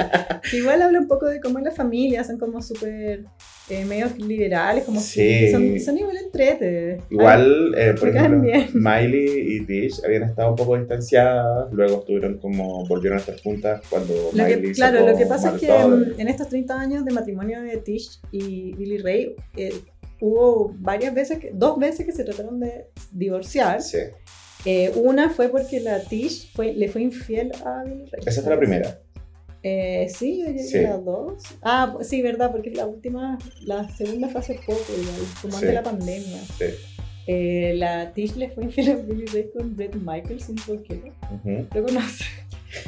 Speaker 3: Que Igual habla un poco de cómo es la familia, son como súper eh, medios liberales, como
Speaker 2: Sí.
Speaker 3: que son, son igual entrete.
Speaker 2: Igual, eh, por
Speaker 3: me
Speaker 2: ejemplo,
Speaker 3: caen bien.
Speaker 2: Miley y Dish habían estado un poco distanciadas, luego estuvieron como, volvieron a estar juntas cuando
Speaker 3: Lo que-
Speaker 2: Miley
Speaker 3: claro,
Speaker 2: sacó
Speaker 3: lo que pasa es que
Speaker 2: Mad Dog.
Speaker 3: mm, en estos 30 años de matrimonio de Tish y Billy Ray, eh, hubo varias veces, que- dos veces que se trataron de divorciar.
Speaker 2: Sí.
Speaker 3: Eh, una fue porque la Tish fue, le fue infiel a Billy Ray.
Speaker 2: Esa fue la primera.
Speaker 3: Eh, sí, yo llegué
Speaker 2: Sí.
Speaker 3: a las dos. Ah, pues sí, verdad, porque la última, la segunda fue hace poco, igual, como antes
Speaker 2: Sí.
Speaker 3: de la pandemia.
Speaker 2: Sí.
Speaker 3: Eh, la Tish le fue infiel a Billy Ray con Brett Michaels, un rockero.
Speaker 2: Ujú.
Speaker 3: Lo conoce.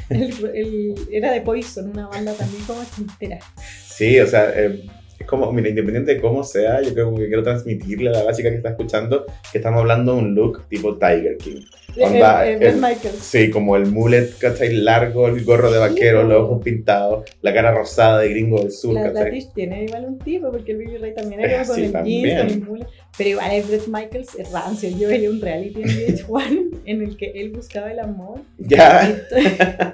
Speaker 3: El- el- era de Poison, una banda también como entera.
Speaker 2: Sí, o sea, eh, es como, mira, independiente de cómo sea, yo creo que quiero transmitirle a la chica que está escuchando que estamos hablando de un look tipo Tiger King. Onda,
Speaker 3: el, el
Speaker 2: Ah, el-
Speaker 3: Bret Eh, Michaels.
Speaker 2: Sí, como el mullet, ¿cachai? Largo, el gorro de vaquero, los ojos pintados, la cara rosada de gringo del sur,
Speaker 3: La, la
Speaker 2: ¿cachai?
Speaker 3: Tish tiene igual un tipo, porque el Billy Ray también
Speaker 2: Es
Speaker 3: era
Speaker 2: así
Speaker 3: como con el
Speaker 2: Eh, también.
Speaker 3: jeans, con el mula. Pero igual el Brett Michaels es rancio. Yo veía un reality en VH1 en el que él buscaba el amor.
Speaker 2: Ya,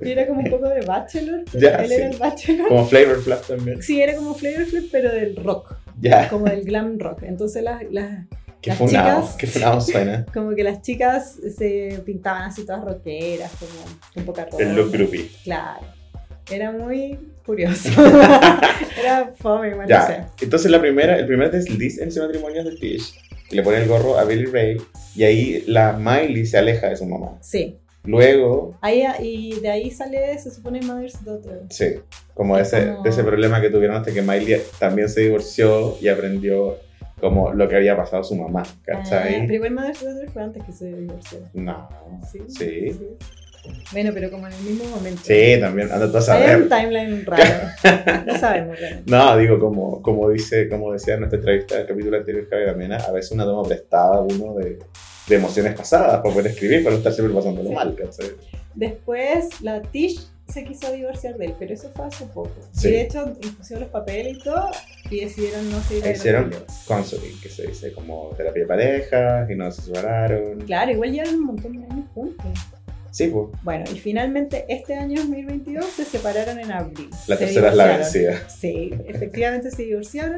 Speaker 3: Y era como un poco de Bachelor. pero
Speaker 2: Ya,
Speaker 3: él
Speaker 2: sí.
Speaker 3: era el Bachelor.
Speaker 2: como Flavor Flav también.
Speaker 3: Sí, era como Flavor Flav, pero del rock,
Speaker 2: Ya,
Speaker 3: como del glam rock. Entonces las, las,
Speaker 2: qué
Speaker 3: Las
Speaker 2: funado,
Speaker 3: chicas-
Speaker 2: qué funado suena.
Speaker 3: como que las chicas se pintaban así todas rockeras, como con poca ropa.
Speaker 2: El look groupie.
Speaker 3: Claro. Era muy curioso. era fome, igual, no sé.
Speaker 2: Ya, entonces la primera, el primer desliz en ese matrimonio es de Tish, que le pone el gorro a Billy Ray, y ahí la Miley se aleja de su mamá.
Speaker 3: Sí.
Speaker 2: Luego,
Speaker 3: Ahí, y de ahí sale, se supone, Mother's Daughter.
Speaker 2: sí, como, de
Speaker 3: Es
Speaker 2: ese,
Speaker 3: como-
Speaker 2: de ese problema que tuvieron hasta que Miley también se divorció y aprendió como lo que había pasado a su mamá,
Speaker 3: Ah, pero
Speaker 2: ¿cachai?
Speaker 3: igual Mother's Daughter fue antes que se divorciara.
Speaker 2: No,
Speaker 3: Sí.
Speaker 2: sí.
Speaker 3: Bueno, pero como en el mismo momento.
Speaker 2: Sí, también, anda tú a
Speaker 3: Hay
Speaker 2: saber.
Speaker 3: un timeline raro. No sabemos realmente.
Speaker 2: No, digo, como, como, dice, como decía en nuestra entrevista del capítulo anterior, Javier Mena, a veces uno toma prestada uno de, de emociones pasadas para poder escribir, para no estar siempre pasándolo
Speaker 3: Sí.
Speaker 2: mal, ¿cachai?
Speaker 3: Después la Tish se quiso divorciar de él, pero eso fue hace poco.
Speaker 2: Sí.
Speaker 3: Y de hecho pusieron los papeles y todo y decidieron no seguir. adelante
Speaker 2: Ah, Hicieron
Speaker 3: con ellos.
Speaker 2: counseling, que se dice como terapia de pareja, y no se separaron.
Speaker 3: Claro, igual llevan un montón de años juntos.
Speaker 2: Sí, pues,
Speaker 3: Bueno, y finalmente este año 2022 se separaron en abril.
Speaker 2: la
Speaker 3: Se
Speaker 2: tercera es la
Speaker 3: divorciaron.
Speaker 2: vencida.
Speaker 3: Sí, efectivamente se divorciaron.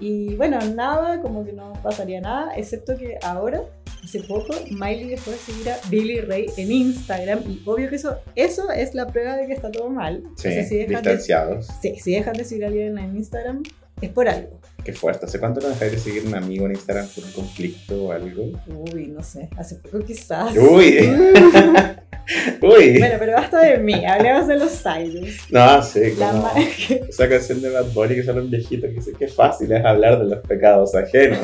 Speaker 3: Y bueno, nada, como que no pasaría nada, excepto que ahora, hace poco, Miley dejó de seguir a Billy Ray en Instagram. Y obvio que eso, eso es la prueba de que está todo mal.
Speaker 2: Sí,
Speaker 3: O sea, si dejas de,
Speaker 2: distanciados.
Speaker 3: sí, si dejas de seguir a alguien en Instagram, es por algo.
Speaker 2: Qué fuerte. ¿Hace cuánto no dejáis de seguir un amigo en Instagram por un conflicto o algo?
Speaker 3: Uy, no sé, hace poco quizás.
Speaker 2: Uy, uy.
Speaker 3: Bueno, pero basta de mí, hablemos de los Cyrus.
Speaker 2: No, sí,
Speaker 3: La
Speaker 2: como
Speaker 3: ma-
Speaker 2: esa canción de Bad Bunny que sale un viejito que dice que fácil es hablar de los pecados ajenos.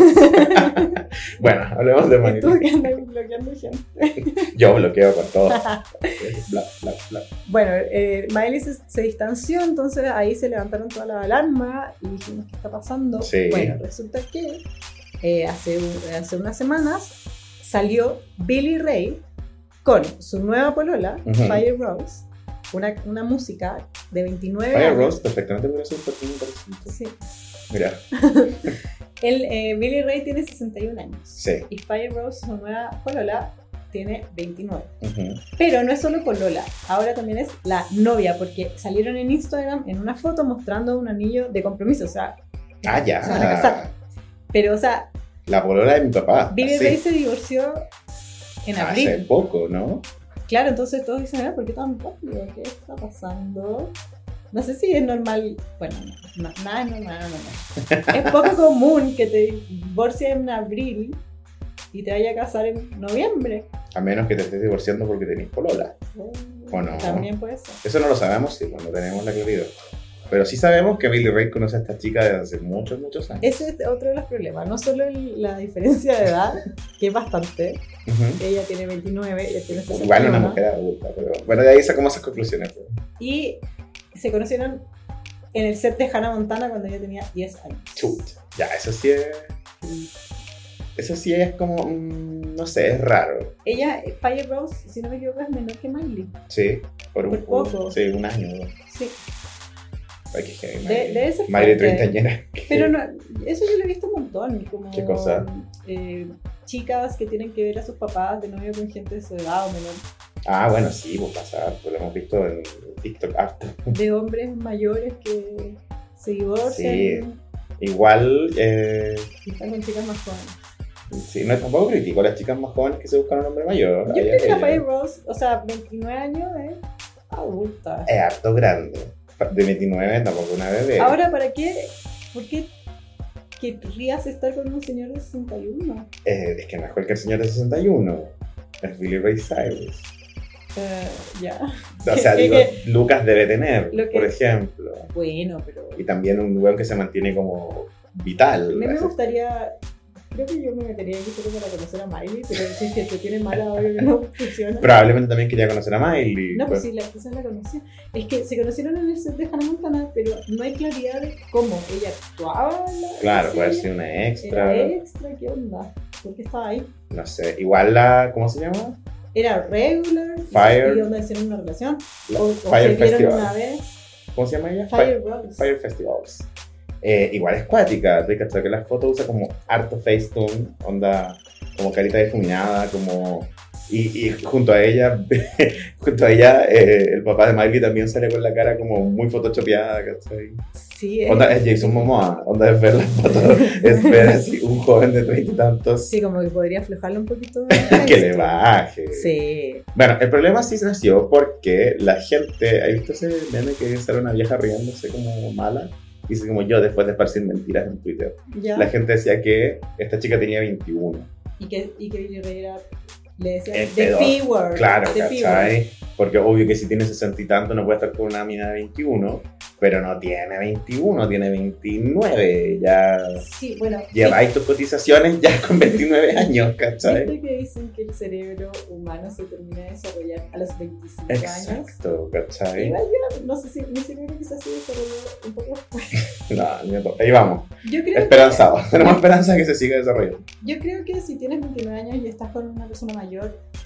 Speaker 2: bueno, hablemos de
Speaker 3: y tú
Speaker 2: Miley.
Speaker 3: que andas bloqueando gente.
Speaker 2: Yo bloqueo con todo. Bla, bla, bla.
Speaker 3: Bueno, eh, Miley se, se distanció, entonces ahí se levantaron todas las alarmas y dijimos, ¿qué está pasando?
Speaker 2: Sí.
Speaker 3: Bueno, resulta que eh, hace, un- hace unas semanas salió Billy Ray con su nueva polola,
Speaker 2: Ujú.
Speaker 3: Fire Rose, una, una música de 29
Speaker 2: Fire
Speaker 3: años.
Speaker 2: Rose perfectamente podría ser un perfil interesante.
Speaker 3: Sí.
Speaker 2: Mira,
Speaker 3: Él, eh, Billy Ray tiene 61 años
Speaker 2: sí.
Speaker 3: y Fire Rose, su nueva polola, tiene 29.
Speaker 2: ujú.
Speaker 3: Pero no es solo Polola, ahora también es la novia, porque salieron en Instagram en una foto mostrando un anillo de compromiso, o sea,
Speaker 2: Ah, ya.
Speaker 3: Se van a casar. pero o sea,
Speaker 2: La polola de mi papá.
Speaker 3: Billy
Speaker 2: así.
Speaker 3: Ray se divorció en
Speaker 2: Hace
Speaker 3: abril.
Speaker 2: poco, ¿no?
Speaker 3: Claro, entonces todos dicen, "Ah, ¿por qué tan rápido? ¿Qué está pasando? No sé si es normal, bueno, no, no, nada es normal, no, no. Es poco común que te divorcies en abril y te vaya a casar en noviembre.
Speaker 2: A menos que te estés divorciando porque tenés polola. ¿O no?
Speaker 3: También puede ser.
Speaker 2: Eso no lo sabemos sí, cuando tenemos la claridad. Pero sí sabemos que Billy Ray conoce a esta chica desde hace muchos, muchos años.
Speaker 3: Ese es otro de los problemas, no solo el- la diferencia de edad, que es bastante,
Speaker 2: Ujú.
Speaker 3: ella tiene 29, ella tiene 61,
Speaker 2: Igual una mujer adulta, pero bueno, de ahí sacamos esas conclusiones. pero-
Speaker 3: y se conocieron en el set de Hannah Montana cuando ella tenía 10 años.
Speaker 2: Chut. Ya, eso sí es. Eso sí es como. mm, no sé, es raro.
Speaker 3: Ella, Fire Rose, si no me equivoco, es menor que Miley.
Speaker 2: Sí, por un
Speaker 3: Por poco.
Speaker 2: Sí, un año. ¿no?
Speaker 3: Sí,
Speaker 2: Ay, qué heavy,
Speaker 3: de-
Speaker 2: Miley.
Speaker 3: debe ser
Speaker 2: Miley
Speaker 3: fuerte.
Speaker 2: treintañera.
Speaker 3: Pero no, eso yo lo he visto un montón, como
Speaker 2: ¿Qué cosa?
Speaker 3: eh, chicas que tienen que ver a sus papás de novio con gente de su edad o menor,
Speaker 2: Ah, bueno, sí, pues pasar. Lo hemos visto en TikTok harto.
Speaker 3: de hombres mayores que se divorcian
Speaker 2: Igual, eh,
Speaker 3: y están con chicas más jóvenes.
Speaker 2: sí, no tampoco critico a las chicas más jóvenes que se buscan un hombre mayor.
Speaker 3: Yo
Speaker 2: Ahí
Speaker 3: creo
Speaker 2: es
Speaker 3: que la
Speaker 2: ella.
Speaker 3: Fire Rose, o sea, 29 años es adulta.
Speaker 2: Es harto grande. De 29 tampoco una bebé.
Speaker 3: Ahora, ¿para qué? ¿Por qué querrías estar con un señor de 61?
Speaker 2: Eh, es que no es cualquier señor de 61. Es Billy Ray Cyrus.
Speaker 3: Eh, ya.
Speaker 2: O sea,
Speaker 3: Que-
Speaker 2: digo,
Speaker 3: que-
Speaker 2: Lucas debe tener,
Speaker 3: Lo que-
Speaker 2: por ejemplo.
Speaker 3: Bueno, pero.
Speaker 2: Y también un weón que se mantiene como vital.
Speaker 3: A mí me
Speaker 2: Así-
Speaker 3: gustaría. Creo que yo me metería aquí solo para conocer a Miley, pero si que te tiene mala, obvio que no funciona.
Speaker 2: Probablemente también quería conocer a Miley.
Speaker 3: No, pues
Speaker 2: pues.
Speaker 3: sí, la, quizás la conocía. Es que se conocieron en el set de Hannah Montana, pero no hay claridad de cómo ella actuaba. en la- en
Speaker 2: Claro,
Speaker 3: la
Speaker 2: puede
Speaker 3: serie.
Speaker 2: ser una
Speaker 3: Era
Speaker 2: extra.
Speaker 3: extra, ¿qué onda? ¿Por qué estaba ahí?
Speaker 2: No sé. Igual la. ¿Cómo se llama?
Speaker 3: ¿Era regular?
Speaker 2: Fire.
Speaker 3: ¿Y onda hicieron una relación?
Speaker 2: La-
Speaker 3: ¿O, o
Speaker 2: Fire
Speaker 3: se vieron una
Speaker 2: Festival.
Speaker 3: vez?
Speaker 2: ¿Cómo se llama ella? Fi-
Speaker 3: Fire Rose.
Speaker 2: Fire Festivals. Eh, igual es cuática, te cachai que las fotos usa como harto Facetune, onda como carita difuminada, como... Y, y junto a ella, junto a ella, eh, el papá de Miley también sale con la cara como muy photoshopeada, ¿cachai?
Speaker 3: Sí, es-
Speaker 2: Onda es Jason Momoa, onda es ver las fotos, es ver así un joven de treinta y tantos
Speaker 3: eh, sí, como que podría aflojarlo un poquito.
Speaker 2: que le baje.
Speaker 3: Sí.
Speaker 2: Bueno, el problema sí nació porque la gente, ¿hay visto ese meme que sale una vieja riéndose como mala? Dice como yo después de esparcir mentiras en Twitter.
Speaker 3: Ya.
Speaker 2: La gente decía que esta chica tenía 21.
Speaker 3: y que, y que Billy Ray era- le decía
Speaker 2: El
Speaker 3: The
Speaker 2: pedo.
Speaker 3: P-word.
Speaker 2: Claro,
Speaker 3: the P-word.
Speaker 2: ¿cachai? Porque obvio que si tiene 60 y tanto no puede estar con una mina de 21, pero no tiene 21, tiene 29. Ya
Speaker 3: Sí, bueno.
Speaker 2: lleváis tus cotizaciones ya con 29 años, ¿cachai?
Speaker 3: ¿Viste que dicen que el cerebro humano se termina de desarrollar a los 25 años?
Speaker 2: Exacto, ¿cachai?
Speaker 3: Igual yo, no sé si mi cerebro quizás se desarrolló un poco después.
Speaker 2: No, ni me to- ahí vamos.
Speaker 3: Yo creo, que,
Speaker 2: Esperanzados. Tenemos esperanza que se siga desarrollando.
Speaker 3: yo creo que si tienes 29 años y estás con una persona mayor,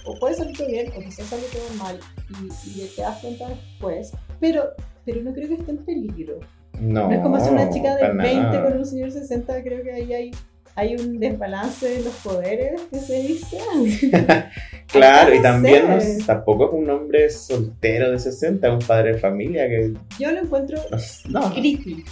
Speaker 3: o puede salir todo bien, o quizás sale todo mal, y, y te das cuenta después, pero, pero no creo que esté en peligro.
Speaker 2: No,
Speaker 3: No es como si una chica de
Speaker 2: para
Speaker 3: 20
Speaker 2: nada.
Speaker 3: con un señor de 60, creo que ahí hay, hay un desbalance de los poderes que se dice.
Speaker 2: Claro,
Speaker 3: Ay,
Speaker 2: y
Speaker 3: no
Speaker 2: también no
Speaker 3: sé.
Speaker 2: es- tampoco es un hombre soltero de 60, un padre de familia que...
Speaker 3: Yo lo encuentro
Speaker 2: No,
Speaker 3: creepy,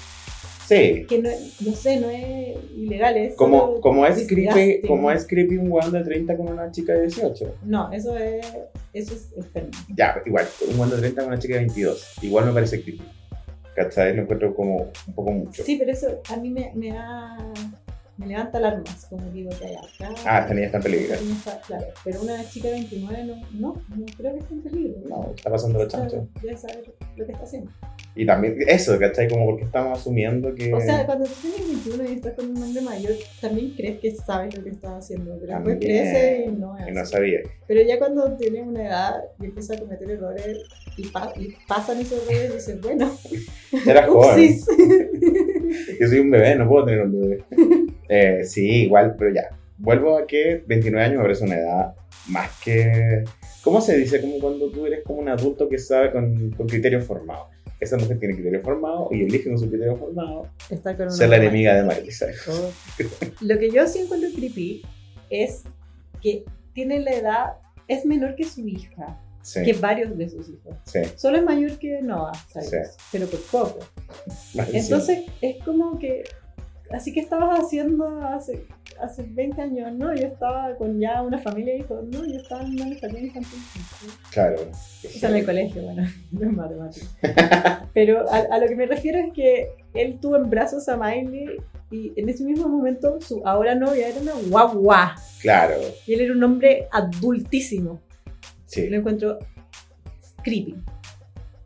Speaker 2: sí.
Speaker 3: que no, no sé, no es ilegal, es
Speaker 2: Como,
Speaker 3: solo
Speaker 2: como, es creepy,
Speaker 3: disgusting.
Speaker 2: como es creepy un weón de 30 con una chica de 18.
Speaker 3: No, eso es, eso es enfermo.
Speaker 2: Ya, igual, un weón de 30 con una chica de 22. Igual me parece creepy. ¿Cachai? Lo encuentro como un poco mucho.
Speaker 3: Sí, pero eso a mí me, me da, me levanta alarmas, como digo que hay acá.
Speaker 2: Ah, esta niña está en peligro.
Speaker 3: Esta niña está- Claro, pero una chica de 29 no, no, no creo que esté en peligro.
Speaker 2: No, está pasando lo chancho.
Speaker 3: Debe saber lo que está haciendo.
Speaker 2: Y también eso, ¿cachai? Como porque estamos asumiendo que...
Speaker 3: O sea, cuando tú tienes 21 y estás con un hombre mayor, también crees que sabes lo que estás haciendo, pero
Speaker 2: También.
Speaker 3: después creces y no es
Speaker 2: y no
Speaker 3: así.
Speaker 2: sabía.
Speaker 3: Pero ya cuando tienes una edad y empiezas a cometer errores y, pa- y pasan esos errores, dices, bueno,
Speaker 2: Era joven.
Speaker 3: upsis.
Speaker 2: Yo soy un bebé, no puedo tener un bebé. Eh, sí, igual, pero ya. Vuelvo a que 29 años me parece una edad más que... ¿Cómo se dice? Como cuando tú eres como un adulto que sabe con, con criterio formado. Esa mujer tiene criterio formado y elige con su criterio formado
Speaker 3: Estar con un
Speaker 2: ser la
Speaker 3: hombre
Speaker 2: enemiga de Miley Cyrus.
Speaker 3: mayor. Lo que yo sí encuentro creepy es que tiene la edad, es menor que su hija,
Speaker 2: Sí,
Speaker 3: que varios de sus hijos.
Speaker 2: sí.
Speaker 3: Solo es mayor que Noah, ¿sabes?
Speaker 2: Sí.
Speaker 3: pero por poco.
Speaker 2: Miley
Speaker 3: Entonces es como que, así que estabas haciendo hace, hace 20 años, ¿no? Yo estaba con ya una familia y dijo, no, yo estaba en una familia infantil.
Speaker 2: Cyrus, Claro.
Speaker 3: O sea, en el colegio, bueno, no es matemática. Pero a, a lo que me refiero es que él tuvo en brazos a Miley y en ese mismo momento su ahora novia era una guagua.
Speaker 2: Claro,
Speaker 3: Y él era un hombre adultísimo.
Speaker 2: sí.
Speaker 3: Lo encuentro creepy,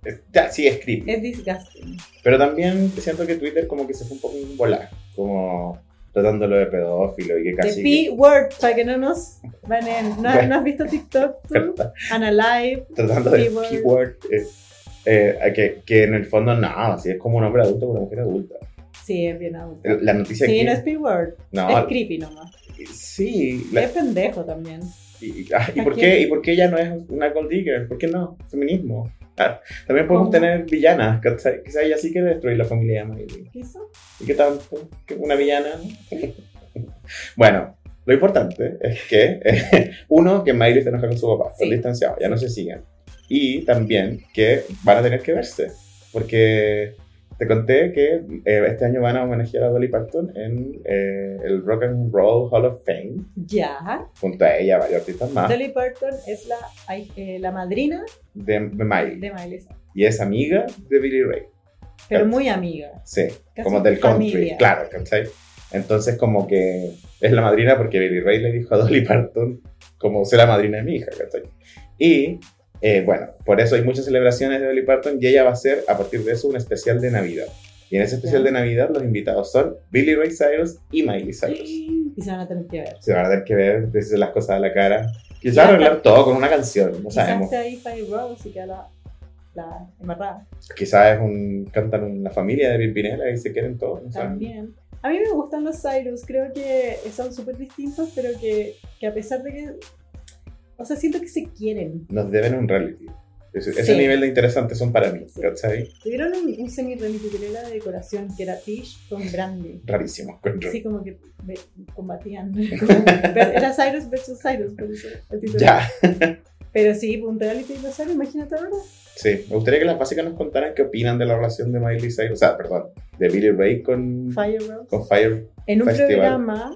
Speaker 2: Es- ya, Sí, es creepy.
Speaker 3: es disgusting.
Speaker 2: Pero también siento que Twitter como que se fue un poco en volar. Como tratándolo de pedófilo y que
Speaker 3: The
Speaker 2: casi...
Speaker 3: P-word, para que no nos baneen. ¿No, no has visto TikTok tú? Analyze.
Speaker 2: tratando de
Speaker 3: Keyword.
Speaker 2: keyword, eh, eh, a que, que en el fondo no, si es como un hombre adulto con una mujer adulta.
Speaker 3: Sí, es bien adulto.
Speaker 2: La noticia
Speaker 3: Sí,
Speaker 2: aquí-
Speaker 3: no es P-word.
Speaker 2: no,
Speaker 3: Es creepy nomás.
Speaker 2: sí, la-
Speaker 3: Es pendejo también.
Speaker 2: y, y- ah, ¿y
Speaker 3: ¿A
Speaker 2: por
Speaker 3: quién?
Speaker 2: qué, ¿y por qué ella no es una gold digger? ¿Por qué no? Feminismo. Ah, también podemos
Speaker 3: ¿Cómo?
Speaker 2: tener villanas, ¿cachai? quizá ella sí quiere destruir la familia de Miley.
Speaker 3: ¿Qué hizo?
Speaker 2: ¿Y qué tanto? ¿Que ¿Una villana? bueno, lo importante es que, eh, uno, que Miley se enoja con su papá,
Speaker 3: Sí.
Speaker 2: están distanciados, ya no se siguen. Y también que van a tener que verse, porque te conté que eh, este año van a homenajear a Dolly Parton en eh, el Rock and Roll Hall of Fame,
Speaker 3: Ya.
Speaker 2: junto a ella, varios artistas más,
Speaker 3: Dolly Parton es la, ay, eh, la madrina
Speaker 2: de, de Miley.
Speaker 3: de Miley Cyrus,
Speaker 2: Y es amiga de Billy Ray,
Speaker 3: Pero
Speaker 2: Casi.
Speaker 3: muy amiga.
Speaker 2: sí,
Speaker 3: Casi
Speaker 2: como del country,
Speaker 3: familia.
Speaker 2: claro, ¿cachai? Entonces como que es la madrina porque Billy Ray le dijo a Dolly Parton como ser la madrina de mi hija, ¿cachai? Y eh, bueno, por eso hay muchas celebraciones de Dolly Parton y ella va a hacer a partir de eso un especial de Navidad. Y en ese especial de Navidad los invitados son Billy Ray Cyrus y Miley Cyrus.
Speaker 3: Y se van a tener que ver.
Speaker 2: Se van a tener que ver, decirse las cosas a la cara. Quizás
Speaker 3: Ya,
Speaker 2: arreglar todo con una canción, no
Speaker 3: Quizás
Speaker 2: sabemos.
Speaker 3: esté ahí Patty Rose y queda la, la embarrada
Speaker 2: Quizás es un, cantan en la familia de Pimpinela y se quieren todos, no sabemos.
Speaker 3: también. A mí me gustan los Cyrus, creo que son súper distintos, pero que, que a pesar de que. O sea, siento que se quieren.
Speaker 2: Nos deben un reality. Ese, ese
Speaker 3: Sí.
Speaker 2: nivel de interesantes son para mí,
Speaker 3: Sí.
Speaker 2: ¿cachai?
Speaker 3: Tuvieron un, un semi-remitirela de decoración que era Tish con Brandy.
Speaker 2: Rarísimo, encuentro.
Speaker 3: Sí, como que ve- combatían. Como- era Cyrus versus Cyrus, por eso el título.
Speaker 2: Ya,
Speaker 3: Pero sí, un reality de los Cyrus, imagínate ahora.
Speaker 2: sí. Me gustaría que las básicas nos contaran qué opinan de la relación de Miley Cyrus, o sea, perdón, de Billy Ray con,
Speaker 3: Fire Rose.
Speaker 2: con Fire.
Speaker 3: En un
Speaker 2: Festival.
Speaker 3: programa.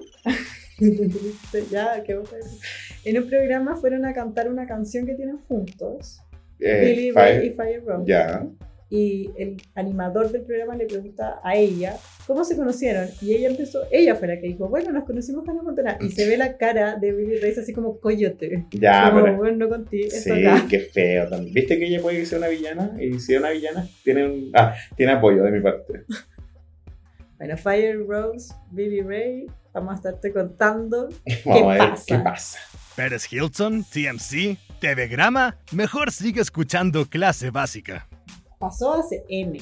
Speaker 3: ya, qué otra vez. En un programa fueron a cantar una canción que tienen juntos.
Speaker 2: eh,
Speaker 3: Billy
Speaker 2: Fire-
Speaker 3: Ray y Fire Rose.
Speaker 2: Ya.
Speaker 3: Y el animador del programa le pregunta a ella cómo se conocieron. Y ella empezó, ella fue la que dijo, bueno, nos conocimos en Montana. Y se ve la cara de Billy Ray así como coyote.
Speaker 2: Ya,
Speaker 3: como,
Speaker 2: Ah, pero.
Speaker 3: bueno, no contigo,
Speaker 2: Sí,
Speaker 3: esto acá.
Speaker 2: qué feo también. ¿Viste que ella puede ser una villana? Y si es una villana, tiene un. Ah, tiene apoyo de mi parte.
Speaker 3: Bueno, Fire Rose, Billy Ray, vamos a estarte contando.
Speaker 2: Vamos a ver
Speaker 3: pasa?
Speaker 2: qué pasa.
Speaker 4: Pérez Hilton, TMC, TV Grama, mejor sigue escuchando clase básica.
Speaker 3: Pasó hace N.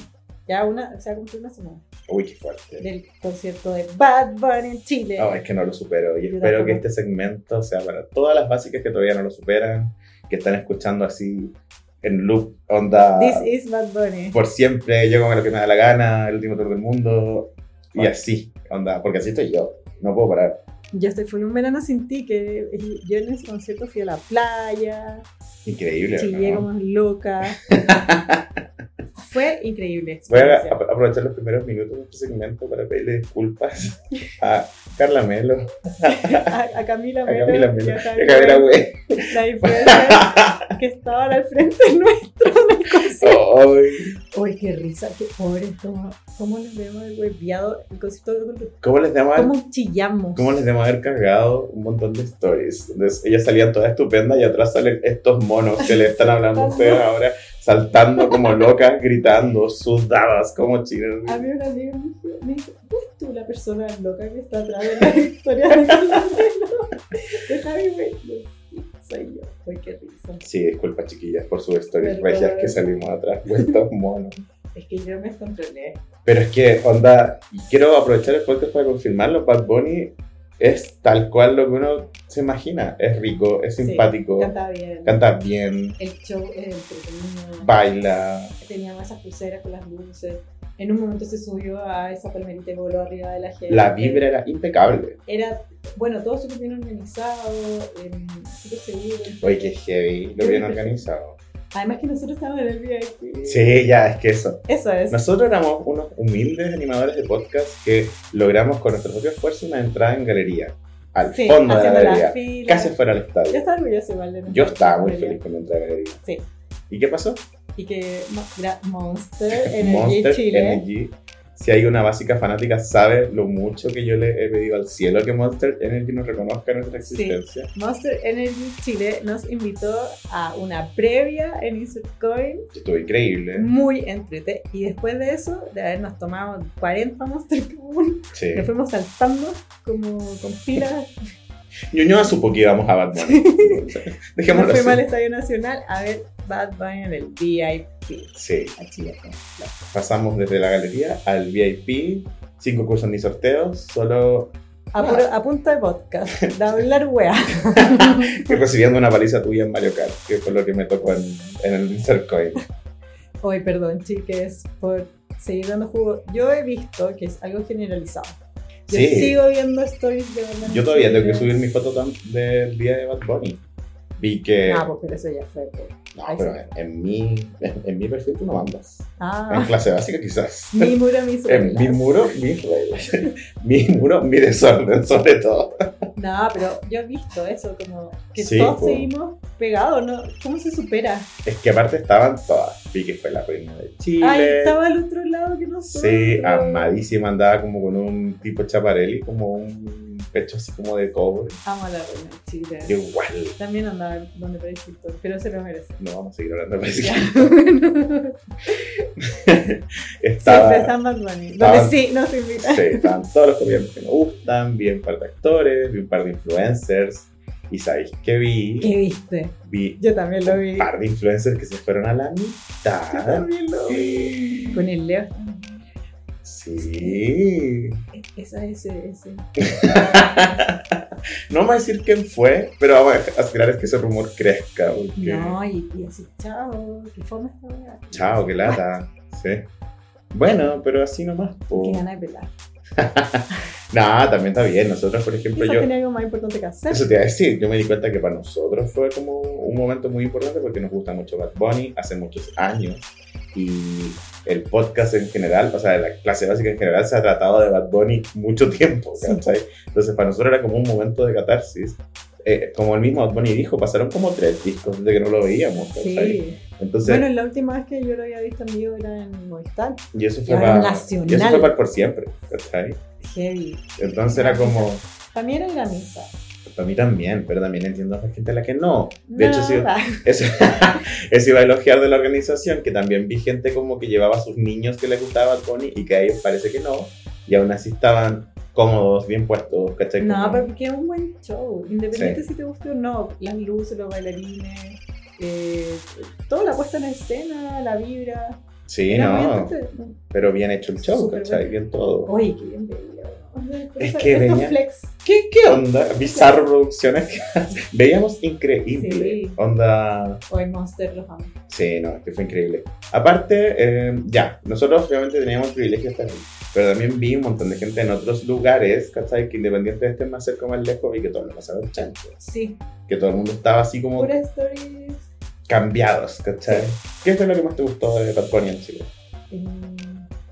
Speaker 3: Ya una, se ha cumplido una semana.
Speaker 2: Uy, qué fuerte.
Speaker 3: Del concierto de Bad Bunny en Chile.
Speaker 2: No, Oh, es que no lo supero. Y
Speaker 3: Yo
Speaker 2: espero que
Speaker 3: tampoco.
Speaker 2: este segmento sea para todas las básicas que todavía no lo superan, que están escuchando así en loop, onda.
Speaker 3: This is Bad Bunny.
Speaker 2: por siempre, yo como lo que me da la gana, el último tour del mundo, y así, onda, porque así estoy yo, no puedo parar.
Speaker 3: Yo estoy full un verano sin ti, que y yo en ese concierto fui a la playa,
Speaker 2: Increíble,
Speaker 3: chillé
Speaker 2: ¿no?
Speaker 3: como loca. Fue increíble.
Speaker 2: Voy a
Speaker 3: experiencia.
Speaker 2: ap- aprovechar los primeros minutos de este segmento para pedirle disculpas a Carla Melo,
Speaker 3: A, a Camila
Speaker 2: a
Speaker 3: Melo,
Speaker 2: Camila
Speaker 3: y
Speaker 2: Melo,
Speaker 3: a
Speaker 2: a
Speaker 3: Javier,
Speaker 2: Javiera Güey.
Speaker 3: la influencer que estaban al frente nuestro en el concierto.
Speaker 2: Ay,
Speaker 3: Uy, qué risa, qué pobre. ¿Cómo, cómo les vemos el hueviado? El concierto de otro-
Speaker 2: ¿Cómo les debo haber,
Speaker 3: ¿Cómo chillamos?
Speaker 2: cómo les debo haber cargado un montón de stories? Entonces, ellas salían todas estupendas y atrás salen estos monos que le están hablando a ustedes ahora, saltando como locas, gritando, sudadas como chinos.
Speaker 3: A mí un amigo me dijo- me dijo, ¿tú eres tú la persona loca que está atrás de la historia de Carla Moreno? De Javi Güey. Yo, sí, soy yo. Uy, qué risa.
Speaker 2: Sí, disculpa chiquillas por sus stories
Speaker 3: Perdón.
Speaker 2: regias que salimos atrás, vueltos monos.
Speaker 3: Es que yo me descontrolé.
Speaker 2: Pero es que, onda, y quiero aprovechar el podcast para confirmarlo, Bad Bunny es tal cual lo que uno se imagina. Es rico, es
Speaker 3: Sí,
Speaker 2: simpático, canta.
Speaker 3: Canta bien.
Speaker 2: bien,
Speaker 3: El show es entretenido.
Speaker 2: baila.
Speaker 3: Teníamos esas pulseras con las luces. En un momento se subió a esa palmerita y voló arriba de la gente.
Speaker 2: La vibra era impecable.
Speaker 3: Era, bueno, todo súper bien organizado, em, súper seguro.
Speaker 2: Oye, qué heavy, lo bien organizado.
Speaker 3: Además que nosotros estábamos en el VIP.
Speaker 2: Sí, ya, es que eso.
Speaker 3: Eso es.
Speaker 2: Nosotros éramos unos humildes animadores de podcast que logramos con nuestro propio esfuerzo una entrada en galería, al
Speaker 3: Sí,
Speaker 2: fondo de la
Speaker 3: haciendo
Speaker 2: galería,
Speaker 3: las filas.
Speaker 2: casi fuera del
Speaker 3: Yo
Speaker 2: estadio.
Speaker 3: estaba orgullosa igual de nosotros.
Speaker 2: Yo estaba muy
Speaker 3: Muy bien.
Speaker 2: feliz con la entrada a la galería.
Speaker 3: Sí.
Speaker 2: ¿Y qué pasó?
Speaker 3: Y que Mo- Gra- Monster Energy
Speaker 2: Monster
Speaker 3: Chile.
Speaker 2: Energy. Si hay una básica fanática, sabe lo mucho que yo le he pedido al cielo que Monster Energy nos reconozca nuestra
Speaker 3: Sí.
Speaker 2: existencia.
Speaker 3: Monster Energy Chile nos invitó a una previa en Insertcoin
Speaker 2: Estuvo increíble.
Speaker 3: muy entrete. Y después de eso, de habernos tomado 40 Monster cada uno,
Speaker 2: Sí.
Speaker 3: nos fuimos saltando como con pilas.
Speaker 2: Ñuñoa supo que íbamos a Batman.
Speaker 3: Nos
Speaker 2: Dejémoslo
Speaker 3: fuimos al
Speaker 2: así.
Speaker 3: Estadio Nacional a ver Bad Bunny en el VIP.
Speaker 2: Sí.
Speaker 3: A Chile. con la-
Speaker 2: Pasamos desde la galería al VIP. Sin concursos ni sorteos, solo
Speaker 3: A, puro- a punta de podcast, de hablar wea.
Speaker 2: que recibiendo una paliza tuya en Mario Kart, que fue lo que me tocó en, en el Insert Coin.
Speaker 3: Hoy, perdón, chiques, por seguir dando jugo. Yo he visto que es algo generalizado. Yo
Speaker 2: Sí.
Speaker 3: sigo viendo stories de Batman.
Speaker 2: Yo todavía tengo que subir mi foto tam- del día de Bad Bunny. Vi que.
Speaker 3: Ah, pues pero eso ya fue. pues.
Speaker 2: No, pero en, en mi, en mi perfil tú no mandas. En
Speaker 3: Ah,
Speaker 2: clase básica quizás.
Speaker 3: mi muro, mi
Speaker 2: En mi
Speaker 3: sueño.
Speaker 2: muro, mi reglas. Mi muro, mi desorden sobre todo.
Speaker 3: No, pero yo he visto eso, como que
Speaker 2: Sí,
Speaker 3: todos
Speaker 2: po.
Speaker 3: seguimos pegados, ¿no? ¿Cómo se supera?
Speaker 2: Es que aparte estaban todas. Vi que fue la reina de Chile.
Speaker 3: Ay, estaba al otro lado que no sé.
Speaker 2: Sí, amadísima, andaba como con un tipo chaparelli, como un pecho así como de cobre.
Speaker 3: Amo a la reina chile.
Speaker 2: Yo igual.
Speaker 3: También andaba donde Paris Hilton, pero se lo merece.
Speaker 2: No vamos a seguir hablando de
Speaker 3: Ya.
Speaker 2: Paris
Speaker 3: Bueno,
Speaker 2: Hilton.
Speaker 3: Siempre
Speaker 2: Estaba.
Speaker 3: están Bad Bunny. Donde
Speaker 2: estaba-
Speaker 3: sí nos invitan.
Speaker 2: Sí, estaban todos los comediantes que me gustan, vi un par de actores, vi un par de influencers. Y sabéis que vi,
Speaker 3: ¿Qué viste?
Speaker 2: vi
Speaker 3: Yo también lo vi.
Speaker 2: un par de influencers que se fueron a la
Speaker 3: Yo
Speaker 2: mitad.
Speaker 3: también lo vi. Con el Leo.
Speaker 2: Sí.
Speaker 3: E- Esa es ese.
Speaker 2: No me voy a decir quién fue, pero vamos a aspirar a que ese rumor crezca. Porque...
Speaker 3: No, y, y así, chao, que fome esta weá.
Speaker 2: Chao, qué lata. Sí. Bueno, pero así nomás.
Speaker 3: Qué
Speaker 2: po.
Speaker 3: ganas de pelar.
Speaker 2: Nah, también está bien. Nosotros, por ejemplo,
Speaker 3: Quizás
Speaker 2: yo.
Speaker 3: tenía algo más importante que hacer.
Speaker 2: Eso te iba a decir, yo me di cuenta que para nosotros fue como un momento muy importante porque nos gusta mucho Bad Bunny hace muchos años y el podcast en general, o sea, la clase básica en general se ha tratado de Bad Bunny mucho tiempo,
Speaker 3: Sí.
Speaker 2: ¿cachai? Entonces para nosotros era como un momento de catarsis. Eh, como el mismo Bad Bunny dijo, pasaron como tres discos desde que no lo veíamos, ¿cachai?
Speaker 3: Sí.
Speaker 2: Entonces,
Speaker 3: bueno, la última vez que yo lo había visto en vivo era en Movistar.
Speaker 2: y eso fue
Speaker 3: claro,
Speaker 2: para...
Speaker 3: nacional.
Speaker 2: Y eso fue para el por siempre, ¿cachai?
Speaker 3: Heavy.
Speaker 2: Entonces era como...
Speaker 3: Para mí era graniza.
Speaker 2: Para mí también, pero también entiendo a la gente a la que no. De hecho, sí,
Speaker 3: Nada.
Speaker 2: Eso, eso iba a elogiar de la organización, que también vi gente como que llevaba a sus niños que les gustaba Bad Bunny y que a ellos parece que no, y aún así estaban cómodos, bien puestos, ¿cachai?
Speaker 3: No,
Speaker 2: Como-
Speaker 3: pero porque es un buen show. Independiente si te guste o no. Las luces, los bailarines, eh, toda la puesta en escena, la vibra.
Speaker 2: Sí,
Speaker 3: Era muy
Speaker 2: no,
Speaker 3: entretenido.
Speaker 2: pero bien hecho el show,
Speaker 3: Súper
Speaker 2: ¿cachai? Bien todo.
Speaker 3: Oye, qué bien bello.
Speaker 2: Es que
Speaker 3: Estos
Speaker 2: venía-
Speaker 3: flex.
Speaker 2: ¿Qué, qué onda? Bizarro Producciones que hace. Veíamos increíble.
Speaker 3: Sí.
Speaker 2: Onda...
Speaker 3: O el Monster los amo.
Speaker 2: Sí, no, es que fue increíble. Aparte, eh, ya, nosotros obviamente teníamos privilegios también, pero también vi un montón de gente en otros lugares, ¿cachai? Que independiente de este más cerca o más lejos, vi que todo el mundo pasaba el chancho.
Speaker 3: Sí.
Speaker 2: Que todo el mundo estaba así como
Speaker 3: Pura stories.
Speaker 2: cambiados, ¿cachai? ¿Qué fue lo que más te gustó de Bad Bunny en Chile?
Speaker 3: Mm,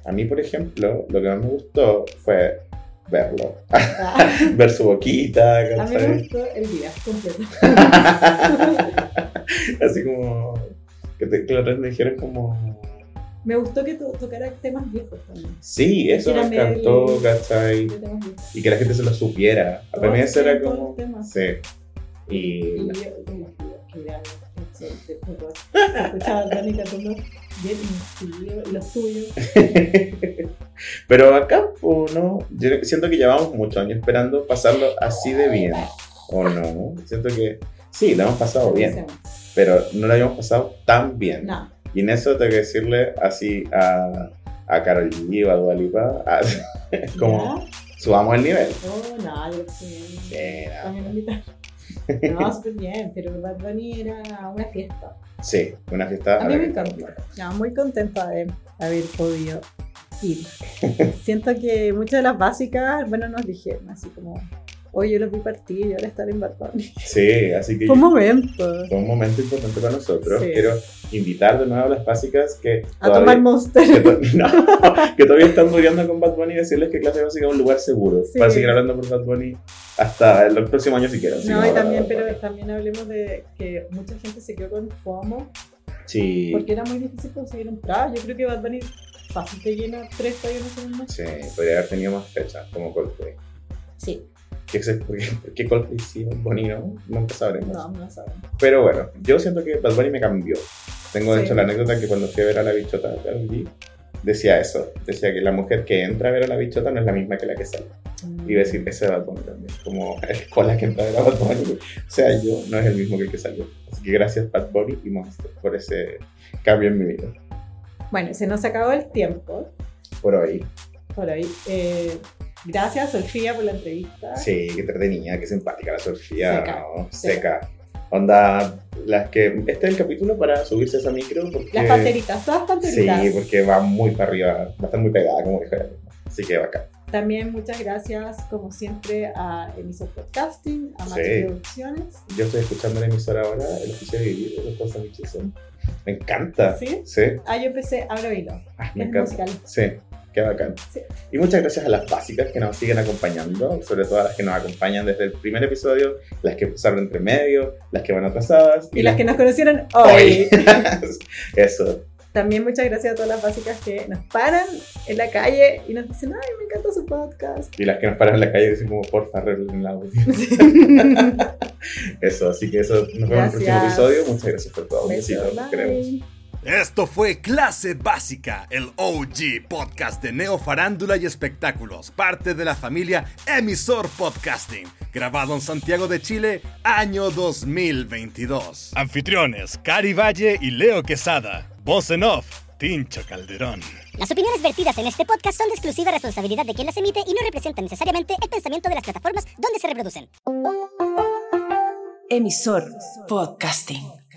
Speaker 2: A mí, por ejemplo, lo que más me gustó fue verlo,
Speaker 3: ah.
Speaker 2: ver su boquita,
Speaker 3: A mí me
Speaker 2: ¿cachai?
Speaker 3: gustó el día completo.
Speaker 2: así como que te, que los otros me dijeron como...
Speaker 3: Me gustó que to- tocara temas viejos también.
Speaker 2: Sí, eso me
Speaker 3: Era medio-
Speaker 2: encantó, ¿cachai?
Speaker 3: Yo temas viejos.
Speaker 2: y que la gente se lo supiera. Para mí eso era
Speaker 3: Todo
Speaker 2: como...
Speaker 3: el tema.
Speaker 2: Sí.
Speaker 3: Y
Speaker 2: Y
Speaker 3: yo como que era de terror. Escuchaba a Dani cantando bien inspirado, y los tuyos.
Speaker 2: Pero acá, ¿o no? Yo siento que llevamos muchos años esperando pasarlo así de bien. ¿O no? Siento que sí, lo hemos pasado bien, pero no lo habíamos pasado tan bien.
Speaker 3: No,
Speaker 2: Y en eso tengo que decirle así a, a Carol G, o a Dua Lipa, a- como
Speaker 3: ¿Ya?
Speaker 2: subamos el nivel.
Speaker 3: No, no, yo sí.
Speaker 2: Era-
Speaker 3: También lo invitaron. No, súper bien, pero Bad Bunny era una fiesta.
Speaker 2: Sí, una fiesta.
Speaker 3: A mí me
Speaker 2: la-
Speaker 3: encantó. No, muy contenta de haber podido ir. Siento que muchas de las básicas, bueno, nos dijeron así como, hoy yo los vi partir y ahora estar en Bad Bunny.
Speaker 2: Sí, así que...
Speaker 3: Fue un momento.
Speaker 2: Fue un momento importante para nosotros.
Speaker 3: Sí.
Speaker 2: Quiero invitar de nuevo a las básicas que.
Speaker 3: A tomar monster.
Speaker 2: que, to- no, que todavía están muriendo con Bad Bunny y decirles que clase básica es un lugar seguro.
Speaker 3: Sí.
Speaker 2: Para seguir hablando por Bad Bunny hasta el próximo año si quieren. si
Speaker 3: No, y
Speaker 2: ahora-
Speaker 3: también, pero también hablemos de que mucha gente se quedó con FOMO
Speaker 2: Sí.
Speaker 3: porque era muy difícil conseguir entrada. Yo creo que Bad Bunny fácil te llena tres talleres en un mes.
Speaker 2: Sí, podría haber tenido más fechas como Coldplay.
Speaker 3: Sí.
Speaker 2: ¿Qué sé por, qué, por qué Coldplay sí, Bad Bunny no? Nunca sabremos.
Speaker 3: No, no saben.
Speaker 2: Pero bueno, yo siento que Bad Bunny me cambió. Tengo de
Speaker 3: Sí.
Speaker 2: hecho la anécdota que cuando fui a ver a la bichota, Karol G, decía eso. Decía que la mujer que entra a ver a la bichota no es la misma que la que sale. Y iba a decir, ese Bad Bunny también. Como el cola que entra era Bad Bunny. O sea, yo no es el mismo que el que salió. Así que gracias, Bad Bunny y Monster, por ese cambio en mi vida.
Speaker 3: Bueno, se nos acabó el tiempo
Speaker 2: Por hoy.
Speaker 3: por hoy. Eh, gracias, Sofía, por la entrevista.
Speaker 2: Sí, qué entretenida, qué simpática la Sofía.
Speaker 3: Seca,
Speaker 2: ¿no?
Speaker 3: seca.
Speaker 2: Seca. Onda, las que. Este es el capítulo para subirse a esa micro. Porque,
Speaker 3: Las panteritas, todas
Speaker 2: Eh, Sí,
Speaker 3: panteritas.
Speaker 2: porque va muy para arriba. Va a estar muy pegada, como dijo ella misma. Así que bacán.
Speaker 3: También muchas gracias, como siempre, a Emisor Podcasting, a Max
Speaker 2: Sí.
Speaker 3: Producciones.
Speaker 2: Yo estoy escuchando la emisora ahora, el oficio de vivir, los dos sándwiches son- Me encanta.
Speaker 3: ¿Sí?
Speaker 2: Sí,
Speaker 3: Ah, yo empecé Abro Hilo.
Speaker 2: Ah, me
Speaker 3: Es
Speaker 2: encanta.
Speaker 3: musical.
Speaker 2: Sí, qué bacán.
Speaker 3: Sí.
Speaker 2: Y muchas gracias a las básicas que nos siguen acompañando, sobre todo a las que nos acompañan desde el primer episodio, las que pasaron entre medio, las que van atrasadas
Speaker 3: Y las que nos conocieron
Speaker 2: hoy.
Speaker 3: hoy.
Speaker 2: Eso.
Speaker 3: También muchas gracias a todas las básicas que nos paran en la calle y nos dicen, ay, me encanta su podcast.
Speaker 2: Y las que nos paran en la calle dicen como, porfa, arreglen la audio. eso, así que eso, nos vemos en el próximo
Speaker 3: Gracias.
Speaker 2: episodio. Muchas gracias por todo. Un besito,
Speaker 3: Besos,
Speaker 2: los
Speaker 3: bye.
Speaker 2: queremos.
Speaker 4: Esto fue Clase Básica, el OG podcast de Neo Farándula y Espectáculos, parte de la familia Emisor Podcasting, grabado en Santiago de Chile, año 2022. Anfitriones, Cari Valle y Leo Quesada. Voz en off, Tincho Calderón.
Speaker 8: Las opiniones vertidas en este podcast son de exclusiva responsabilidad de quien las emite y no representan necesariamente el pensamiento de las plataformas donde se reproducen.
Speaker 1: Emisor Podcasting.